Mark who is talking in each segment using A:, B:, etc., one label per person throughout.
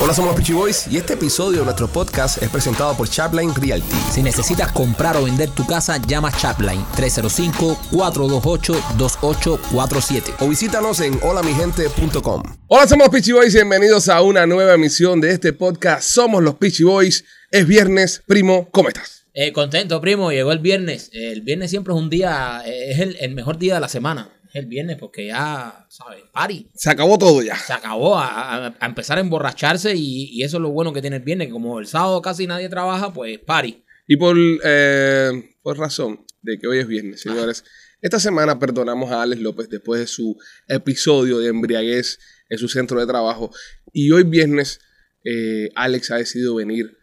A: Hola, somos los Peachy Boys y este episodio de nuestro podcast es presentado por Chapline Realty.
B: Si necesitas comprar o vender tu casa, llama Chapline 305-428-2847.
A: O visítanos en holamigente.com. Hola, somos los Peachy Boys y bienvenidos a una nueva emisión de este podcast. Somos los Peachy Boys. Es viernes, primo, ¿cómo estás?
B: Eh, contento, primo. Llegó el viernes. Eh, El viernes siempre es un día, eh, es el, el mejor día de la semana. Es el viernes porque ya, ¿sabes? Party.
A: Se acabó todo ya.
B: Se acabó a, a- a empezar a emborracharse y, y eso es lo bueno que tiene el viernes. que Como el sábado casi nadie trabaja, pues party.
A: Y por, eh, por razón de que hoy es viernes, señores, esta semana perdonamos a Alex López después de su episodio de embriaguez en su centro de trabajo. Y hoy viernes, eh, Alex ha decidido venir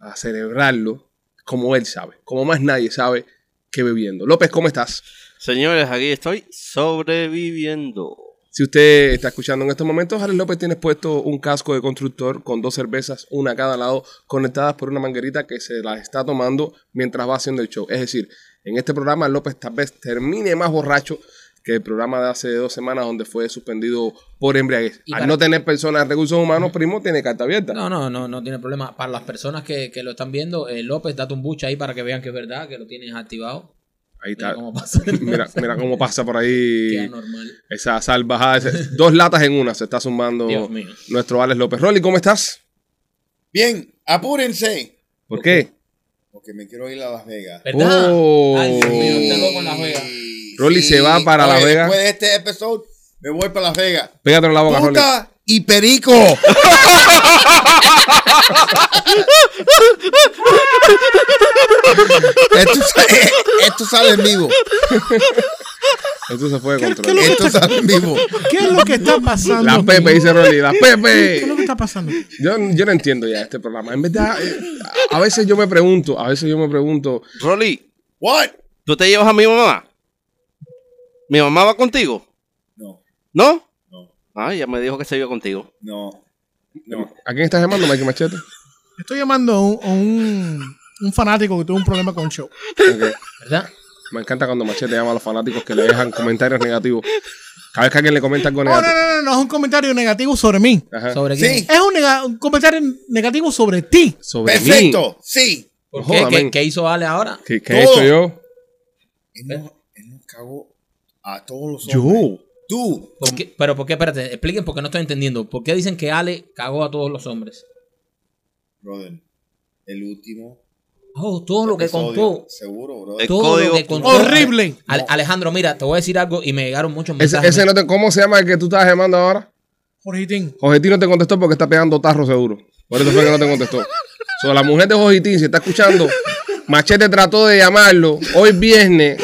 A: a celebrarlo como él sabe, como más nadie sabe que bebiendo. López, ¿cómo estás?
C: Señores, aquí estoy sobreviviendo.
A: Si usted está escuchando en estos momentos, Alex López tiene puesto un casco de constructor con dos cervezas, una a cada lado, conectadas por una manguerita que se las está tomando mientras va haciendo el show. Es decir, en este programa López tal vez termine más borracho que el programa de hace dos semanas donde fue suspendido por embriaguez.
B: Y
A: Al
B: para-
A: no tener personas de recursos humanos, primo, tiene carta abierta.
B: No, no, no, no tiene problema. Para las personas que, que lo están viendo, eh, López, date un bucha ahí para que vean que es verdad, que lo tienes activado.
A: Ahí
B: Mira
A: está.
B: cómo pasa.
A: Mira, mira cómo pasa por
B: Queda
A: ahí
B: normal.
A: esa salvajada. ese- Dos latas en una se está sumando
B: Dios mío.
A: nuestro Alex López. Rolly, ¿cómo estás?
D: Bien, apúrense,
A: ¿Por qué?
D: porque me quiero ir a Las Vegas.
B: ¿Verdad?
A: Oh.
B: Ay, Dios mío, está loco en Las Vegas.
A: Rolly se va para
D: oye,
A: Las Vegas.
D: Después de este episodio, me voy para Las Vegas.
A: Pégate en la boca, Rolly.
D: Puta y perico. esto, sale, esto sale en vivo.
A: Esto se fue de control.
D: Esto sale en vivo.
E: ¿Qué es lo que está pasando?
A: La Pepe, dice Rolly, la
E: ¿Qué es lo
A: Pepe.
E: que está pasando?
A: Yo, yo no entiendo ya este programa. En verdad, eh, a a veces yo me pregunto, a veces yo me pregunto,
C: Rolly,
D: What?
C: ¿tú te llevas a mi mamá? ¿Mi mamá va contigo?
D: No,
C: ¿No?
D: no,
C: Ah, ya me dijo que se iba contigo.
D: no, no.
A: ¿a quién estás llamando, Mike Machete?
E: Estoy llamando a un, a un, un fanático que tuvo un problema con el show.
A: Ok.
B: ¿Verdad?
A: Me encanta cuando Machete llama a los fanáticos que le dejan comentarios negativos. Cada vez que alguien le comenta algo
E: No, no,
A: negativo.
E: no, no, no, es un comentario negativo sobre mí.
A: Ajá.
B: ¿Sobre quién?
D: Sí,
E: Es un, nega- un comentario negativo sobre ti.
A: Sobre mí.
D: perfecto. Sí.
B: ¿Por
A: Joder,
B: qué? ¿Qué,
A: men.
B: qué hizo Ale ahora?
A: ¿Qué, qué he hecho
D: Todo.
A: yo?
D: Él nos, él nos cagó a todos los
A: Yo.
D: hombres. Tú.
B: ¿Por qué? Pero ¿por qué? Espérate, expliquen porque no estoy entendiendo. ¿Por qué dicen que Ale cagó a todos los hombres?
D: Brother, el último.
B: Oh, todo lo que
D: episodio,
B: contó.
D: Seguro, brother.
C: El
B: Todo lo
C: código
B: que contó.
E: Horrible.
B: Ale- Alejandro, mira, te voy a decir algo y me llegaron muchos
A: Ese,
B: mensajes.
A: ese no te- ¿Cómo se llama el que tú estabas llamando ahora?
E: Jorgitín.
A: Jorgetín no te contestó porque está pegando tarro seguro. Por eso fue que no te contestó. So, la mujer de Jorgetín, si está escuchando, Machete trató de llamarlo hoy viernes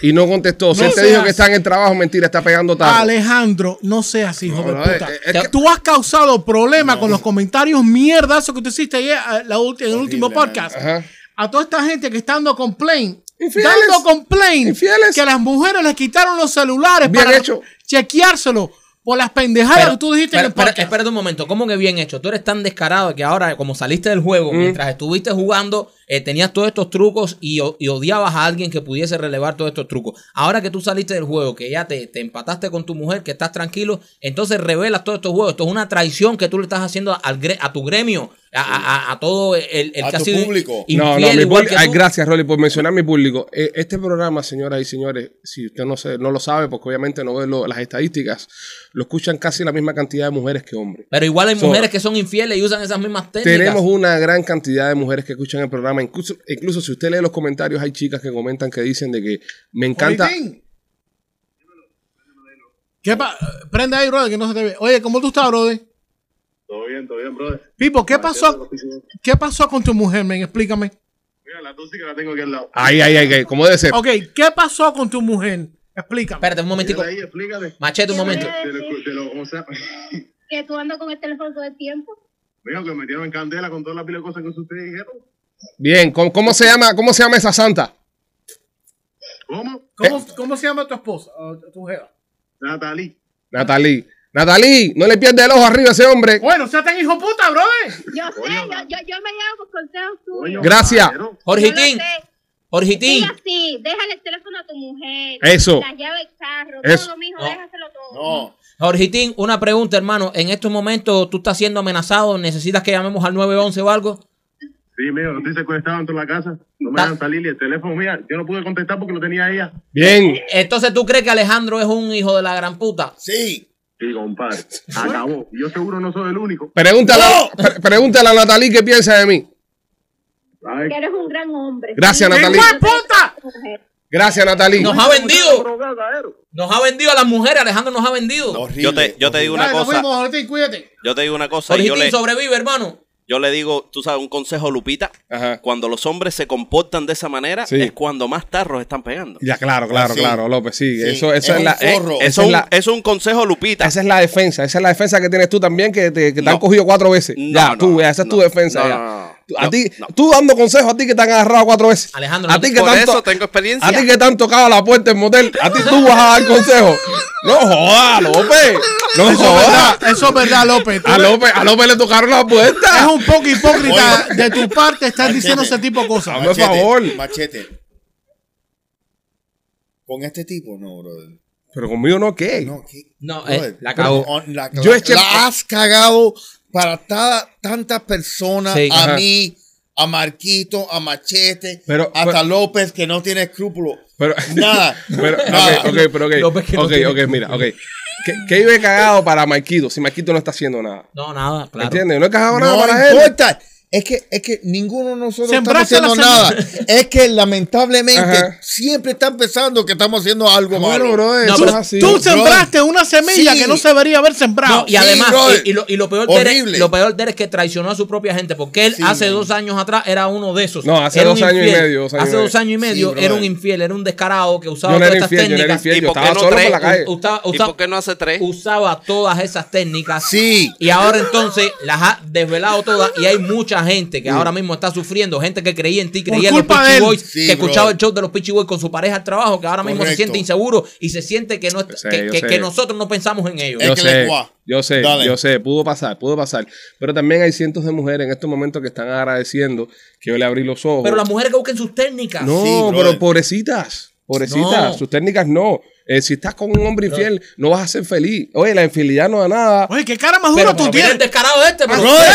A: y no contestó. Si
E: No
A: él te
E: seas-
A: dijo que está en el trabajo, mentira, está pegando tarro.
E: Alejandro, no seas hijo
A: No,
E: de
A: no,
E: puta.
A: eh, eh, es que-
E: Tú has causado problemas con los comentarios mierdazos que tú hiciste ayer eh, la ulti- en el último
D: Horrible,
E: podcast.
A: Ajá.
E: A toda esta gente que está dando complaint.
A: Infieles.
E: Dando complaint.
A: Infieles.
E: Que a las mujeres les quitaron los celulares
A: Bien
E: para
A: hecho.
E: chequeárselo por las pendejadas
B: Pero-
E: que Ah, tú dijiste
B: pero-
E: en el
B: pero-
E: podcast.
B: espérate un momento, ¿cómo que bien hecho? Tú eres tan descarado que ahora, como saliste del
A: Mm.
B: juego, mientras estuviste jugando, eh, tenías todos estos trucos y, o- y odiabas a alguien que pudiese relevar todos estos trucos. Ahora que tú saliste del juego, que ya te, te empataste con tu mujer, que estás tranquilo, entonces revelas todos estos juegos. Esto es una traición que tú le estás haciendo al gre- a tu gremio, a, a- a- a todo el, el
D: A
B: que ha
D: tu
B: sido
D: público.
B: infiel
A: No, no, mi
B: igual
A: público-
B: que
A: ay,
B: tú.
A: gracias, Rolly, por mencionar a mi público. Eh, este programa, señoras y señores, si usted no, se- no lo sabe, porque obviamente no ve lo- las estadísticas, lo escuchan casi la misma cantidad de mujeres que hombres.
B: Pero igual hay
A: So-
B: mujeres que son infieles y usan esas mismas técnicas.
A: Tenemos una gran cantidad de mujeres que escuchan el programa. Incluso, incluso si usted lee los comentarios, hay chicas que comentan que dicen de que me encanta.
E: Jolín. ¿Qué pa- Prende ahí, brother, que no se te ve. Oye, ¿cómo tú estás, brother?
F: Todo bien, todo bien, brother.
E: Pipo, ¿qué pasó,
F: Mira,
E: ¿qué pasó con tu mujer, men? Explícame.
F: la tóxica la tengo aquí al lado.
A: Ay, ay, ay, ay, ¿cómo debe ser?
E: Ok, ¿qué pasó con tu mujer? Explícame.
B: Espérate un momentico.
F: Mira ahí, explícate.
B: Machete, un momento.
F: De lo, de lo- ¿cómo se llama?
G: que tú andas con el teléfono todo el tiempo.
F: Mira, que metieron en candela con todas las pila de cosas que ustedes dijeron.
A: Bien, ¿cómo, cómo se llama, ¿cómo se llama esa santa?
F: ¿Cómo?
E: ¿Cómo,
A: eh.
E: cómo se llama tu esposa? o tu jeva?
F: Natalí.
A: Natalie. Natalie, no le pierdas el ojo arriba a ese hombre.
E: Bueno, sea tan hijo puta, brother.
G: Yo sé,
F: Coño,
G: yo,
F: man.
G: yo, yo me llevo por consejos tuyos.
F: Coño,
A: Gracias.
F: caballero.
B: Jorgitín,
G: Yo lo sé.
B: Jorgitín.
G: Diga sí, déjale el teléfono a tu mujer.
A: Eso.
G: La llave del carro.
A: Eso.
G: Todo, mijo,
B: No.
G: déjaselo todo.
D: No.
B: Jorgitín, una pregunta, hermano. En estos momentos tú estás siendo amenazado. ¿Necesitas que llamemos al 911 o algo?
F: Sí, mío, estoy secuestrado dentro de la casa. No me
E: Ah.
B: Ta-
F: dejan salir. Y el teléfono, mía, yo no pude contestar porque lo tenía ella.
A: Bien.
B: Entonces tú crees que Alejandro es un hijo de la gran puta.
D: Sí.
F: Sí, compadre. Acabó. Yo seguro no soy el único.
A: Pregúntale, a- pre- pregúntale a Natalí qué piensa de mí.
F: A ver,
G: Que eres un gran hombre.
A: Gracias, Natalí. Gracias, Natalí.
B: Nos ha vendido.
F: droga, cabrón.
B: Nos ha vendido a las mujeres. Alejandro nos ha vendido.
D: Horrible.
C: Yo te, yo te digo una
E: Dale, nos
C: cosa.
E: fuimos, Jorge, cuídate.
C: Yo te digo una cosa. y Yo
B: Jorgitín
C: le,
B: sobrevive, hermano.
C: yo le digo, tú sabes, un consejo, Lupita.
A: Ajá.
C: Cuando los hombres se comportan de esa manera,
A: Sí.
C: es cuando más tarros están pegando.
A: Ya, claro, claro,
D: Sí.
A: claro, López, sí.
D: Sí,
A: Eso,
D: es
A: eso es,
D: un
A: la, eh,
D: forro.
A: esa
C: Eso
A: es
C: es un,
A: la-
C: eso es un consejo, Lupita.
A: esa es la defensa. Esa es la defensa que tienes tú también, que te, que te
C: No.
A: han cogido cuatro veces.
C: No,
A: ya,
C: no,
A: tú, esa es tu
C: no,
A: defensa.
C: no,
A: ya.
C: no, no,
A: Tú-
C: no,
A: a ti,
C: no.
A: tú dando consejos a ti que te han agarrado cuatro veces.
B: Alejandro,
A: a
B: no
A: ti
B: te-
A: que
C: Por
A: tanto,
C: eso tengo experiencia.
A: A ti que te han tocado la puerta del motel, a ti tú vas a dar consejos. No jodas, López. No
E: Eso es
A: jodas.
E: verdad, eso es verdad, López. Tú
A: A López, a López le tocaron la
E: Es
A: puerta.
E: un poco hipócrita de tu parte estar
D: Machete.
E: diciendo ese tipo de cosas.
A: Hazme favor.
D: Machete. Con este tipo, no, brother.
A: Pero conmigo no, ¿qué?
D: No, ¿qué?
B: No,
D: Brother,
B: eh, la cagó.
D: pero, oh, La,
A: Yo
D: la-
A: eché-
D: la has cagado para ta- tantas personas,
B: Sí.
D: a
A: Ajá.
D: mí, a Marquito, a Machete,
A: Pero-
D: hasta
A: pero-
D: López, que no tiene escrúpulos.
A: Pero,
D: Nada.
A: pero,
D: nada.
A: ok, ok, pero ok.
B: López que no
A: ok,
B: tiene
A: ok, mira, ok. ¿Qué, qué iba cagado para Marquito si Marquito no está haciendo nada?
B: No, nada, claro.
A: ¿Entiendes? No he cagado nada
D: No
A: para él.
D: importa. Es que, es que ninguno de nosotros
E: Sembraste
D: estamos haciendo
E: la
D: nada. Es que lamentablemente
A: Ajá.
D: siempre están pensando que estamos haciendo algo
A: Bueno,
D: malo.
A: bro,
B: No,
A: eso
B: pero
A: es así.
E: Tú sembraste una semilla
D: Sí.
E: que no se debería haber sembrado.
B: No, y además,
D: brother.
B: y, y lo, y lo peor de él es-
D: Horrible.
B: lo peor de él es que traicionó a su propia gente, porque él
D: Sí,
B: hace
D: man.
B: dos años atrás era uno de esos.
A: No, hace
B: Era
A: dos
B: un
A: años y
B: infiel.
A: medio, dos años y
B: hace dos
A: medio.
B: años y medio
D: Sí,
B: era un
D: brother.
B: infiel, era un descarado que usaba
A: Yo no
B: todas
A: era
B: estas
A: infiel, yo no era
B: técnicas. Eh,
A: infiel. Yo
C: por qué
A: estaba
C: no
A: solo por
C: tres?
A: la calle.
B: Usa-
C: ¿Y
B: usa-
C: por qué no hace
A: Eh.
C: tres?
B: usaba todas esas técnicas.
D: Sí.
B: Y ahora entonces las ha desvelado todas. Y hay mucha gente que ahora mismo está sufriendo. Gente que creía en ti,
E: Por
B: creía en los
E: culpa de
B: Pitchy
E: él.
B: Boys,
D: Sí,
B: que escuchaba
D: bro.
B: el show de los Pitchy Boys con su pareja al trabajo, que ahora mismo se
D: Correcto.
B: siente inseguro y se siente que, no, es-
A: sé,
B: que,
A: yo
B: que-
A: sé.
B: que nosotros no pensamos en ellos.
D: Es
A: yo
D: que le
A: sé,
D: cuá.
A: yo sé,
D: Dale.
A: yo sé, pudo pasar, pudo pasar. Pero también hay cientos de mujeres en estos momentos que están agradeciendo que yo le abrí los ojos.
B: Pero las mujeres que busquen sus técnicas.
A: No,
D: Sí, brother.
A: pero pobrecitas. Pobrecitas,
B: No.
A: sus técnicas no. Eh, si estás con un hombre infiel, no vas a ser feliz. Oye, la infidelidad no da nada.
E: Oye, qué cara más dura
B: Pero
E: tú
B: mira el
E: tienes.
B: descarado este, pero-
D: Brother,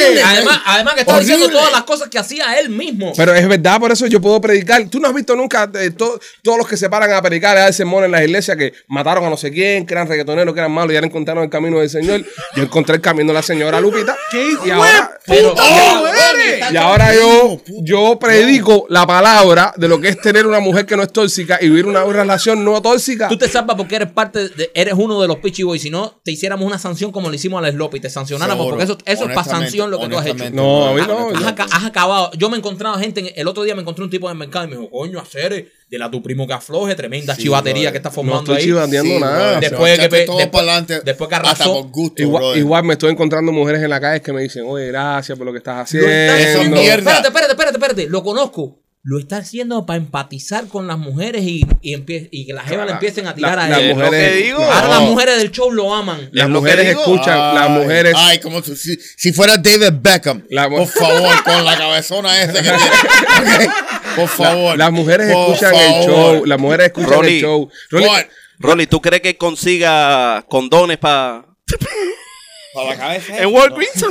D: horrible,
B: además,
D: man.
B: además que está diciendo
D: Horrible.
B: todas las cosas que hacía él mismo.
A: Pero es verdad, por eso yo puedo predicar. Tú no has visto nunca eh, to- todos los que se paran a predicar, a dar sermón en las iglesias que mataron a no sé quién, que eran reggaetoneros, que eran malos y ahora encontraron el camino del Señor. Yo encontré el camino de la señora Lupita.
E: ¡Qué hijo
A: y
E: de
A: ahora,
B: Pero-
E: ¡Oh,
B: Está
A: y
B: todo-
A: ahora yo, yo predico la palabra de lo que es tener una mujer que no es tóxica y vivir una relación no
D: Ah.
A: tóxica.
B: Tú te salvas porque eres parte, de- eres uno de los Pitchy Boys. Si no, te hiciéramos una sanción como le hicimos a Les López y te sancionáramos.
D: Seguro.
B: Porque eso, eso es para
D: Honestamente,
B: sanción lo que tú has hecho. Ah,
D: honestamente,
A: No, a mí
D: brother,
A: no,
B: Has,
A: yo-
D: honestamente.
B: aca- has acabado. Yo me he encontrado gente. en- el otro día me encontré un tipo en el mercado y me dijo, coño, hacer de la tu primo que afloje, tremenda
D: Sí,
B: chivatería
D: brother.
B: que está
A: no
B: formando
A: estoy
B: ahí.
A: chivateando
D: Sí,
A: nada.
D: brother,
B: Después
D: se
B: que-
D: echaste todo
B: después-
D: para adelante,
B: después que arrasó.
D: hasta por gusto,
A: Igual,
D: brother.
A: igual me estoy encontrando mujeres en la calle que me dicen, oye, gracias por lo que estás
B: Lo está
A: haciendo.
B: haciendo-
D: mierda.
B: Espérate, espérate, espérate, espérate. Lo conozco. Lo está haciendo para empatizar con las mujeres y, y, empie- y que las jevas le empiecen a tirar
A: La-
B: a
A: las
B: él.
C: mujer-
A: mujeres-
C: que digo.
B: Ahora
A: no,
B: las mujeres del show lo aman.
A: las
C: Es lo que
A: mujeres
C: digo.
A: escuchan, las
D: Ay,
A: mujeres.
D: Ay, como si- si, si fuera David Beckham.
A: La mu-
D: por favor, con la cabezona esa que tiene. Ok, Por favor.
A: Las mujeres
D: Por
A: escuchan el
D: favor.
A: show. Las mujeres escuchan
C: Rolly.
A: el show. Rolly,
D: Por-
C: Rolly, ¿tú crees que consiga condones para.
D: Para la cabeza.
C: en Walgreens?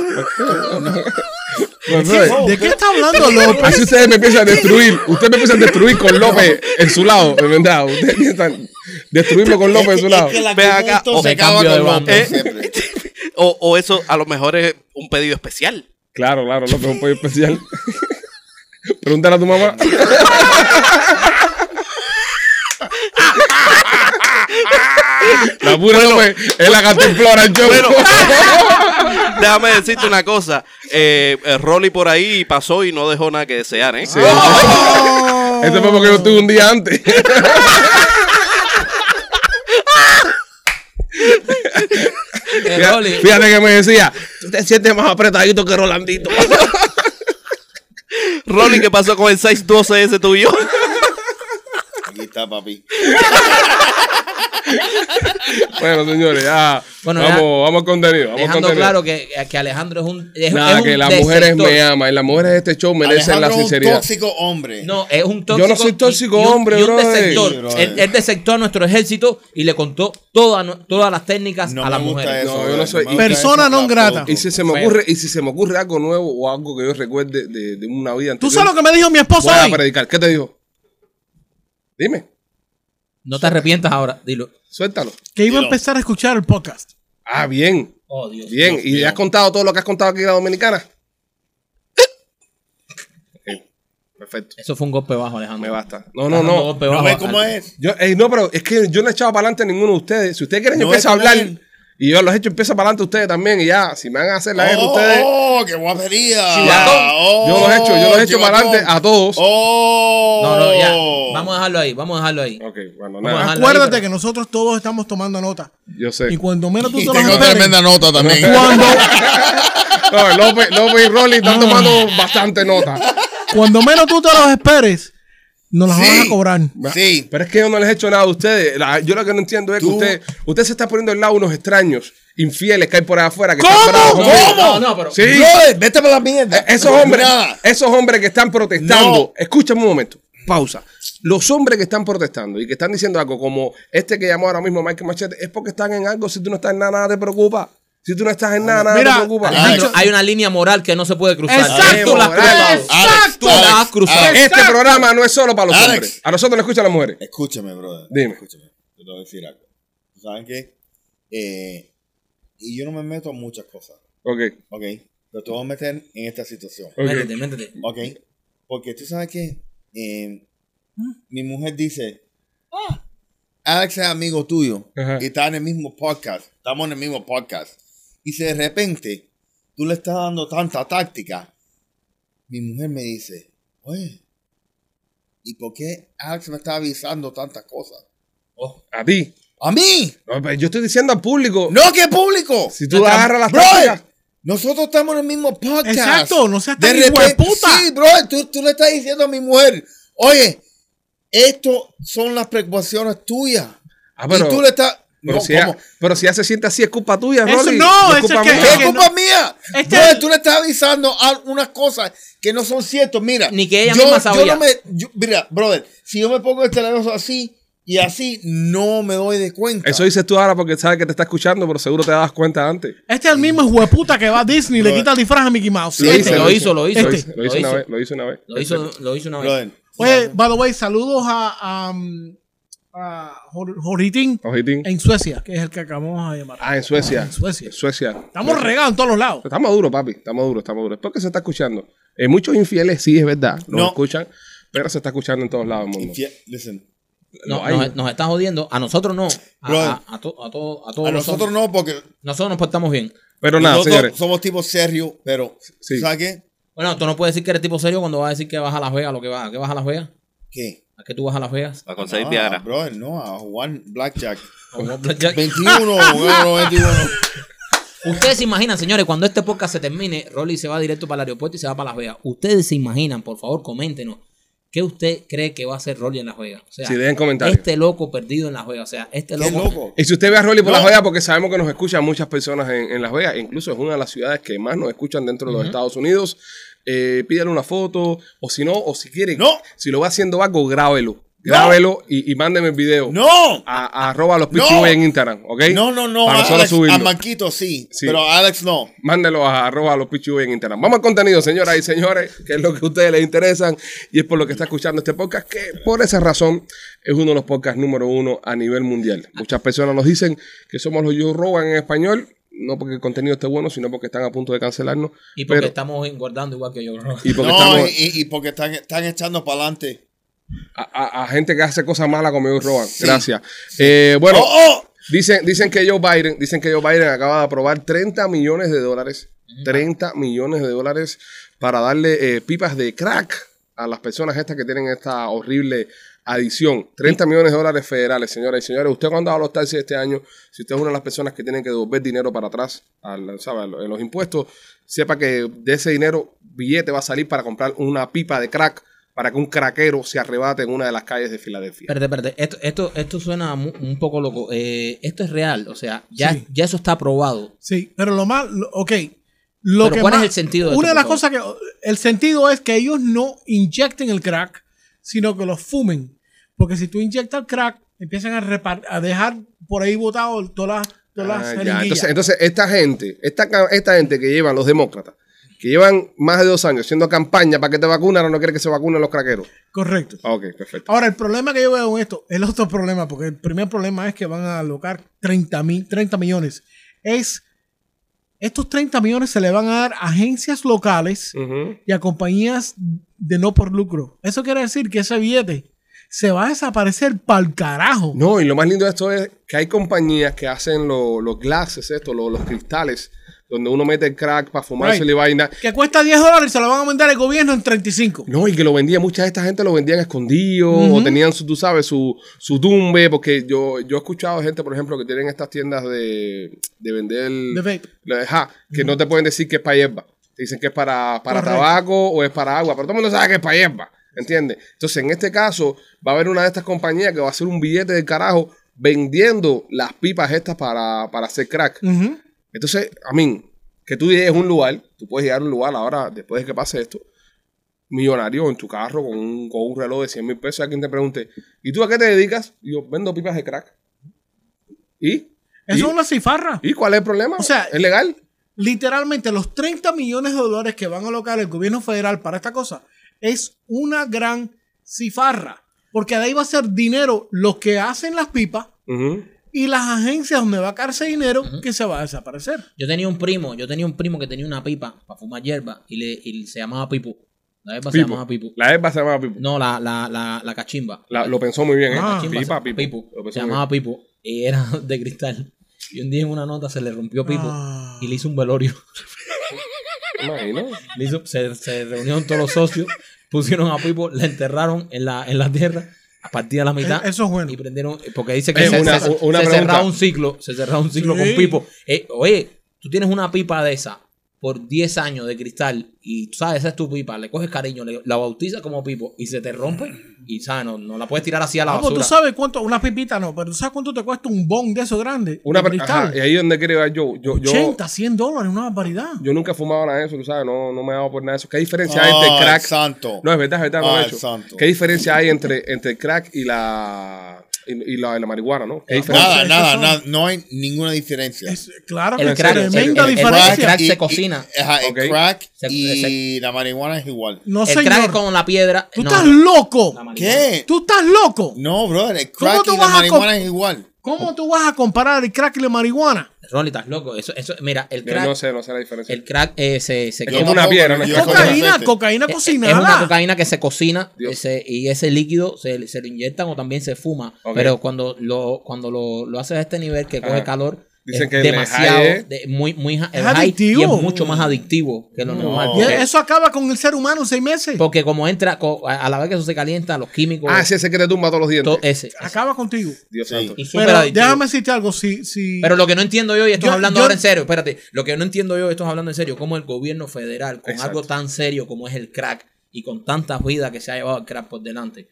A: pues, brother,
E: ¿De qué está hablando López?
A: Así ustedes me empiezan a destruir. Ustedes me empiezan a destruir con López en su lado, de verdad. Ustedes piensan destruirlo con López en su lado.
C: Ve acá,
D: se
B: me
D: acaba
B: cambio de
D: con
B: bando.
D: López
C: Eh.
D: siempre.
C: o, o eso a lo mejor es un pedido especial.
A: Claro, claro, López es un pollo especial. Pregúntale a tu mamá. La pura López es la cantimplora el show.
C: Bueno. Déjame decirte una cosa. Eh, eh, Rolly por ahí pasó y no dejó nada que desear, ¿eh?
B: Ah.
A: Este fue porque yo estuve un día antes.
B: Eh,
A: Fíjate-
B: Rolly,
A: Fíjate que me decía, tú te sientes más apretadito que Rolandito.
C: Rolly, ¿qué pasó con el 612 ese tuyo?
D: Aquí está, papi.
A: Bueno, señores, ya.
B: Bueno,
A: vamos,
B: ya.
A: vamos al contenido. Vamos al
B: Dejando
A: contenido.
B: claro que, que Alejandro es un. Es,
A: Nada,
B: es un
A: que las mujeres
B: deceptor.
A: me aman. Y las mujeres de este show merecen
D: Alejandro
A: la
D: es un
A: sinceridad.
D: tóxico hombre.
B: No, es un
A: Yo
B: tóxico.
A: no soy tóxico,
B: y- y un-
A: hombre, eh.
B: y un
A: brother.
B: desertor.
D: Sí, brother.
B: Él, él desertó a nuestro ejército y le contó toda nu- todas las técnicas
D: No
B: a
D: me
B: las
D: gusta
B: mujeres.
D: eso.
A: No, yo
D: brother,
A: no soy-
D: me gusta
E: Persona
D: eso,
E: non grata.
A: Y si se me
B: Feo.
A: ocurre, y si se me ocurre algo nuevo o algo que yo recuerde de, de una vida
E: ¿Tú
A: anterior.
E: sabes lo que me dijo mi esposo
A: voy a
E: hoy?
A: predicar. ¿Qué te dijo? Dime,
B: No te arrepientas ahora, dilo.
A: suéltalo.
E: Que iba a
D: Dilo.
E: empezar a escuchar el podcast.
A: Ah, bien,
B: Oh, Dios.
A: bien. ¿Y has contado todo lo que has contado aquí en la Dominicana? Ok, Perfecto,
B: Eso fue un golpe bajo, Alejandro.
A: me basta. No, no,
B: Alejandro,
A: no.
B: golpe
D: ¿No
B: bajo.
D: ves cómo es?
A: Yo, ey, no, pero es que yo no he echado para adelante a ninguno de ustedes. Si ustedes quieren, yo
D: No
A: empiezo a
D: es como
A: hablar.
D: él.
A: Y yo los he hecho, empieza para adelante ustedes también. Y ya, si me van a hacer la guerra
D: oh,
A: ustedes.
D: oh, qué guapería.
A: Chivatón. Yo los echo, yo los echo para adelante a todos.
D: Oh,
B: No, no, ya. Vamos a dejarlo ahí, vamos a dejarlo ahí.
A: Ok, bueno,
B: Vamos a
A: nada.
B: dejarlo ahí,
E: Acuérdate
B: pero-
E: que nosotros todos estamos tomando nota.
A: Yo sé.
E: Y cuando menos tú
D: Y
E: te lo
D: tengo
E: esperes,
D: tremenda nota también.
E: cuando,
A: No, López, López y Rolly están tomando bastante nota.
E: cuando menos tú te los esperes, nos las
D: Sí.
E: van a cobrar.
D: Sí.
A: Pero es que yo no les he hecho nada a ustedes. La- yo lo que no entiendo es que
D: Tú-
A: usted, usted se está poniendo al lado de unos extraños, infieles que hay por allá afuera. Que
E: ¿Cómo?
A: Están bravos
B: No,
A: conmigo.
B: No, no, pero.
A: Sí.
D: Brother, vete para la mierda.
A: Eh, Esos hombres,
D: Nada.
A: esos hombres que están protestando,
D: No.
A: escúchame un momento, pausa. Los hombres que están protestando y que están diciendo algo como este que llamó ahora mismo Michael Machete, es porque están en algo. Si tú no estás en nada, nada te preocupa. Si tú no estás en nada, nada
E: Mira,
A: te preocupa.
B: Alejandro,
E: Alex.
B: hay una línea moral que no se puede cruzar.
E: Exacto.
B: Tú la has cruzado.
D: Alex,
B: Tú la has cruzado.
D: Alex,
A: Este programa no es solo para los
D: Alex.
A: hombres. A nosotros nos escuchan las mujeres.
D: Escúchame, brother.
A: Dime.
D: Escúchame. Te voy a decir algo. ¿Saben qué? Eh, y yo no me meto en muchas cosas,
A: Ok,
D: ¿ok? Pero te voy a meter en esta situación,
A: ok.
B: Métete, métete.
D: ¿ok? Eh, Porque tú sabes que em, mi mujer dice, Mm. "Ah, Alex es amigo tuyo
A: Ajá.
D: y está en el mismo podcast, estamos en el mismo podcast. Y si de repente tú le estás dando tanta táctica, mi mujer me dice, oye, ¿y por qué Alex me está avisando tantas cosas?
A: A ti.
D: ¡A mí!
A: No, pero yo estoy diciendo al público.
D: ¡No, que público!
A: Si tú agarras las
D: Brother,
A: tácticas.
D: nosotros estamos en el mismo podcast.
E: Exacto, no seas tan
D: De repente-
E: hijueputa.
D: Sí, bro, tú, tú le estás diciendo a mi mujer, oye, esto son las preocupaciones tuyas.
A: Ah, pero,
D: y tú le estás...
A: pero
D: no,
A: si ya,
D: ¿cómo?
A: pero si ya se siente así, es culpa tuya,
E: Eso
A: Rolly.
E: no, eso
A: culpa
E: es que-
A: mía.
D: ¿Qué es
E: que
D: culpa mía?
E: Este-
D: Brother, tú le estás avisando a unas cosas que no son ciertas. Mira,
B: Ni que ella
D: yo,
B: misma
D: yo
B: sabía.
D: no me, yo- Mira, brother, si yo me pongo el teléfono así y así, no me doy de cuenta.
A: Eso dices tú ahora porque sabes que te está escuchando, pero seguro te das cuenta antes.
E: Este es el mismo hueputa que va a Disney y le quita el disfraz a Mickey Mouse.
A: Lo
E: Este.
A: hice,
B: lo hizo, lo hizo.
A: Lo
E: Este.
A: hice, lo hice una vez, lo hice una vez.
B: Lo hizo, lo hizo una vez.
D: Brother,
E: Oye, pues, by the way, saludos a, a, um, a Jor- Joritín
A: Ojitín.
E: en Suecia, que es el que acabamos de llamar.
A: Ah, en Suecia.
E: En Suecia.
A: En Suecia.
E: Estamos regados en todos los lados.
A: Estamos duros, papi. Estamos duros, estamos duros. Es porque se está escuchando. Eh, muchos infieles, sí, es verdad. No
D: No.
A: escuchan, pero se está escuchando en todos lados del mundo.
D: infie- listen,
B: No,
A: No hay.
B: nos, nos está jodiendo. A nosotros no. A,
D: Brother.
B: a, a to- a to- a todos
D: a
B: los
D: nosotros
B: hombres.
D: no, porque
B: Nosotros nos portamos bien.
A: Pero nada,
D: nosotros
A: señores.
D: somos tipos serios, pero
A: Sí.
D: ¿sabes qué?
B: Bueno, tú no puedes decir que eres tipo serio cuando vas a decir que vas a Las Vegas. Lo que vas, ¿A qué vas a Las Vegas?
D: ¿Qué?
B: ¿A qué tú vas a Las Vegas?
C: A conseguir
D: Ah,
C: Viagra.
D: brother, no, a jugar Blackjack.
B: Como Blackjack.
D: 21, bueno, 21.
B: Ustedes se imaginan, señores, cuando este podcast se termine, Rolly se va directo para el aeropuerto y se va para Las Vegas. Ustedes se imaginan, por favor, coméntenos. ¿Qué usted cree que va a hacer Rolly en Las Vegas? O sea,
A: Sí, dejen comentarios.
B: este loco perdido en Las Vegas. O sea, este
D: Qué
B: loco.
D: loco.
A: Y si usted ve a Rolly por
D: No.
A: Las Vegas, porque sabemos que nos escuchan muchas personas en, en Las Vegas, incluso es una de las ciudades que más nos escuchan dentro de los Estados Unidos, eh, pídale una foto, o si no, o si quiere,
D: No.
A: si lo va haciendo algo, grábelo. Grábelo y, y mándeme el video.
D: ¡No!
A: A, a arroba los
D: No.
A: Pichu en Instagram, ¿ok?
D: No, no, no.
A: Para
D: a
A: nosotros
D: Alex, a
A: subirlo.
D: Marquito sí,
A: Sí.
D: pero a Alex no.
A: Mándelo a arroba los Pichu en Instagram. Vamos al contenido, señoras y señores, que es lo que a ustedes les interesan y es por lo que está escuchando este podcast, que por esa razón es uno de los podcasts número uno a nivel mundial. Muchas personas nos dicen que somos los Joe Rogan en español, no porque el contenido esté bueno, sino porque están a punto de cancelarnos.
B: Y porque
A: pero-
B: estamos engordando igual que yo. ¿no?
A: y porque
D: no,
A: estamos
D: y, y porque están, están echando para adelante.
A: a, a- a gente que hace cosas malas como Joe Rogan. Gracias. Eh, bueno,
D: ¡Oh, oh!
A: Dicen, dicen que Joe Biden, dicen que Joe Biden acaba de aprobar 30 millones de dólares, 30 millones de dólares para darle eh, pipas de crack a las personas estas que tienen esta horrible adición. 30 millones de dólares federales, señoras y señores. Usted cuando ha dado los taxis este año, si usted es una de las personas que tienen que devolver dinero para atrás al- ¿sabe? a lo- en los impuestos, sepa que de ese dinero billete va a salir para comprar una pipa de crack para que un craquero se arrebate en una de las calles de Filadelfia.
B: Espérate, espérate. Esto, esto, esto suena mu- un poco loco. Eh, esto es real. O sea, ya,
E: Sí.
B: ya eso está probado.
E: Sí, pero lo más, lo- ok. Lo
B: Pero
E: que
B: ¿cuál es
E: más-
B: el sentido de
E: Una de
B: esto,
E: las
B: por
E: cosas que, el sentido es que ellos no inyecten el crack, sino que lo fumen. Porque si tú inyectas crack, empiezan a, repar- a dejar por ahí botado todas las, todas las
A: Ah, ya.
E: jeringuillas.
A: Entonces, entonces, esta gente, esta, ca- esta gente que llevan los demócratas, que llevan más de dos años haciendo campaña para que te vacunen, no quiere que se vacunen los craqueros.
E: Correcto.
A: Ah, Ok, perfecto.
E: Ahora, el problema que yo veo en esto, el otro problema, porque el primer problema es que van a alocar 30, mil, 30 millones, es estos 30 millones se le van a dar a agencias locales
A: Ujú.
E: y a compañías de no por lucro. Eso quiere decir que ese billete se va a desaparecer pa'l carajo.
A: No, y lo más lindo de esto es que hay compañías que hacen lo- los glasses, esto, lo- los cristales, donde uno mete el crack para fumarse
E: Right.
A: la vaina.
E: Que cuesta 10 dólares y se lo van a aumentar el gobierno en 35.
A: No, y que lo vendía, mucha de esta gente lo vendían escondido, o tenían, su, tú sabes, su, su tumbe, porque yo, yo he escuchado gente, por ejemplo, que tienen estas tiendas de, de vender...
E: De vape.
A: Lo de ja, que no te pueden decir que es para hierba. Te dicen que es para, para
E: Correcto.
A: tabaco o es para agua, pero todo el mundo sabe que es para hierba. ¿Entiendes? Entonces, en este caso, va a haber una de estas compañías que va a hacer un billete del carajo vendiendo las pipas estas para, para hacer crack.
E: Ujú.
A: Entonces, a mí, que tú llegues a un lugar, tú puedes llegar a un lugar ahora, después de que pase esto, millonario en tu carro con un, con un reloj de 100 mil pesos, y alguien te pregunte, ¿y tú a qué te dedicas? Y yo vendo pipas de crack. ¿Y?
E: Eso
A: ¿Y?
E: es una cifarra.
A: ¿Y cuál es el problema?
E: O sea,
A: ¿es legal?
E: literalmente los 30 millones de dólares que van a alocar el gobierno federal para esta cosa es una gran cifarra. Porque de ahí va a ser dinero los que hacen las pipas
A: Ujú.
E: y las agencias donde va a caer ese dinero que se va a desaparecer.
B: Yo tenía un primo, yo tenía un primo que tenía una pipa para fumar hierba y, le, y se llamaba Pipo. La hierba se
A: Pipo.
B: llamaba Pipo.
A: La herba se llamaba Pipo.
B: No, la, la, la, la cachimba.
A: La- lo pensó muy bien, ¿eh?
E: Ah.
B: Chimba,
A: Pipa,
B: se-
A: Pipo. Lo
B: Se
A: pensó muy
B: llamaba Pipo y era de cristal. Y un día en una nota se le rompió Pipo
E: Ah.
B: y le hizo un velorio.
A: bien. Imagino.
B: Le hizo- se, se reunieron todos los socios, pusieron a Pipo, le enterraron en la, en la tierra a partir de la mitad.
E: Eh, eso es bueno.
B: Y prendieron, porque dice que
A: Eh,
B: se,
A: una-
B: se-
A: una
B: se
A: pregunta.
B: cerraba un ciclo, se cerraba un ciclo
E: Sí.
B: con Pipo. Eh, oye, tú tienes una pipa de esa por 10 años de cristal y tú sabes, esa es tu pipa, le coges cariño, le- la bautizas como Pipo y se te rompe y sabes, no, no la puedes tirar así a la
E: Ah, pues,
B: basura.
E: tú sabes cuánto, una pipita no, pero tú sabes cuánto te cuesta un bong de esos grandes.
A: Una
E: de
A: per-
E: cristal?
A: ajá, y ahí es donde quiero llegar yo. Yo, yo,
E: 80, 100 dólares, una barbaridad.
A: yo nunca he fumado nada de eso, tú sabes, no, no me he dado por nada de eso. ¿Qué
E: Ah,
A: diferencia hay
D: Ay,
A: entre el crack?
D: oh, santo.
A: No, es verdad, es verdad, no lo he
D: Ay,
A: hecho.
D: Ah, santo.
A: ¿Qué diferencia hay entre, entre el crack y la, y, y la, y la marihuana, no? ¿Qué diferencia?
D: Nada,
E: Eso
D: nada,
E: son-
D: nada. No hay ninguna diferencia.
E: Es- claro
B: El
E: que es
B: crack,
E: tremenda
B: el- el- el
E: diferencia.
B: crack se
D: y- y-
B: cocina.
D: ajá, el
A: Ok.
D: crack
B: Se-
D: y la marihuana es igual.
E: no,
B: el crack es
E: señor.
B: con la piedra.
E: Tú
B: no,
E: estás
B: no,
E: loco.
B: la marihuana.
D: ¿Qué?
E: Tú estás loco.
D: No, brother, el
E: ¿Cómo
D: crack
E: tú
D: y la
E: vas a
D: marihuana
E: com-
D: es igual.
E: ¿Cómo tú vas a comparar el crack y la marihuana?
B: Rolly, estás loco. Eso, eso, mira, el
A: Yo
B: crack,
A: no sé, no sé la diferencia.
B: el crack eh, se, se
A: como
B: quema.
A: una piedra, ¿no?
D: yo
A: Es
D: como una
E: Cocaína,
D: aceite.
E: cocaína
B: Es-
E: cocinada.
B: Es una cocaína que se cocina
A: Dios.
B: ese- y ese líquido se, se lo inyectan o también se fuma.
A: Ok.
B: Pero cuando lo, cuando lo, lo haces a este nivel que coge
A: Ajá.
B: calor,
A: Dicen
B: es
A: que el
B: demasiado,
A: high es-
B: de- muy, muy hi-
E: Es
B: el high y es
E: adictivo.
B: mucho más adictivo que lo normal.
E: Y
B: Porque,
E: Eso acaba con el ser humano en seis meses.
B: porque como entra, co- a a la vez que eso se calienta, los químicos,
A: Ah, sí, ese que te tumba todos los dientes.
B: todo ese.
E: Acaba contigo.
A: Dios
D: Sí.
A: santo.
B: Y súper
E: Pero
B: adictivo.
E: déjame decirte algo. Si, si,
B: Pero lo que no entiendo yo, y esto
E: Yo-
B: hablando
E: yo-
B: ahora en serio, espérate, lo que no entiendo yo, esto hablando en serio, cómo el gobierno federal, con
A: Exacto.
B: algo tan serio como es el crack, y con tantas vidas que se ha llevado el crack por delante,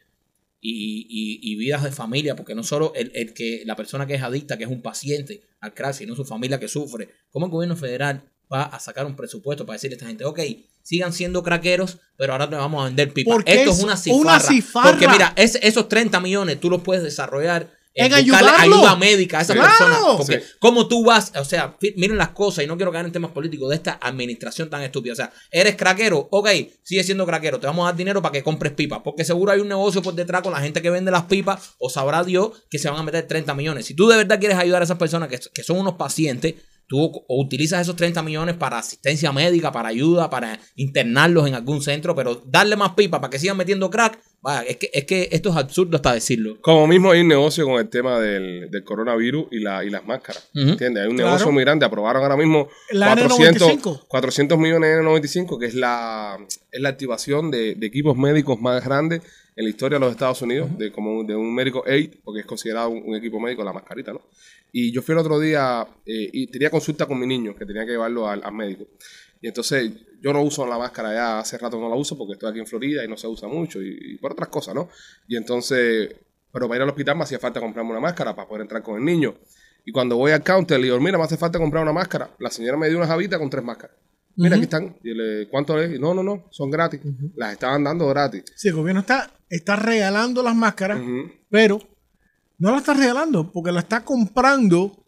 B: y, y- y vidas de familia, porque no solo el, el que la persona que es adicta, que es un paciente al crack, sino su familia que sufre, cómo el gobierno federal va a sacar un presupuesto para decirle a esta gente, ok, sigan siendo craqueros, pero ahora te vamos a vender pipa.
E: Porque
B: Esto es
E: es
B: una cifarra.
E: una cifarra.
B: Porque mira, es- esos 30 millones tú los puedes desarrollar
E: En
B: buscarle
E: ayudarlo.
B: ayuda médica a esa
E: Claro.
B: persona. Porque
A: Sí.
B: ¿Cómo tú vas? O sea, fi- miren las cosas y no quiero caer en temas políticos de esta administración tan estúpida. O sea, eres craquero, ok, sigue siendo craquero, te vamos a dar dinero para que compres pipas. Porque seguro hay un negocio por detrás con la gente que vende las pipas o sabrá Dios que se van a meter 30 millones. Si tú de verdad quieres ayudar a esas personas que, que son unos pacientes, tú co- utilizas esos 30 millones para asistencia médica, para ayuda, para internarlos en algún centro, pero darle más pipas para que sigan metiendo crack. Vaya, es que, es que esto es absurdo hasta decirlo.
A: Como mismo hay un negocio con el tema del, del coronavirus y, la, y las máscaras.
B: Ujú.
A: ¿Entiendes? Hay un
E: Claro.
A: negocio muy grande. Aprobaron ahora mismo
E: La
A: 400,
E: N95.
A: 400 millones de N95, que es la, es la activación de, de equipos médicos más grandes en la historia de los Estados Unidos, de como un- de un médico aid, porque es considerado un, un equipo médico, la mascarita, ¿no? Y yo fui el otro día eh, y tenía consulta con mi niño, que tenía que llevarlo al, al médico. Y entonces yo no uso la máscara ya, hace rato no la uso porque estoy aquí en Florida y no se usa mucho y, y por otras cosas, ¿no? Y entonces, pero para ir al hospital me hacía falta comprarme una máscara para poder entrar con el niño. Y cuando voy al counter le digo, mira, me hace falta comprar una máscara. La señora me dio una javita con tres máscaras. Mira, aquí están. Y le, ¿cuánto es? Y, no, no, no, son gratis. Las estaban dando gratis.
E: Si el gobierno está, está regalando las máscaras,
A: Ujú.
E: pero no las está regalando porque las está comprando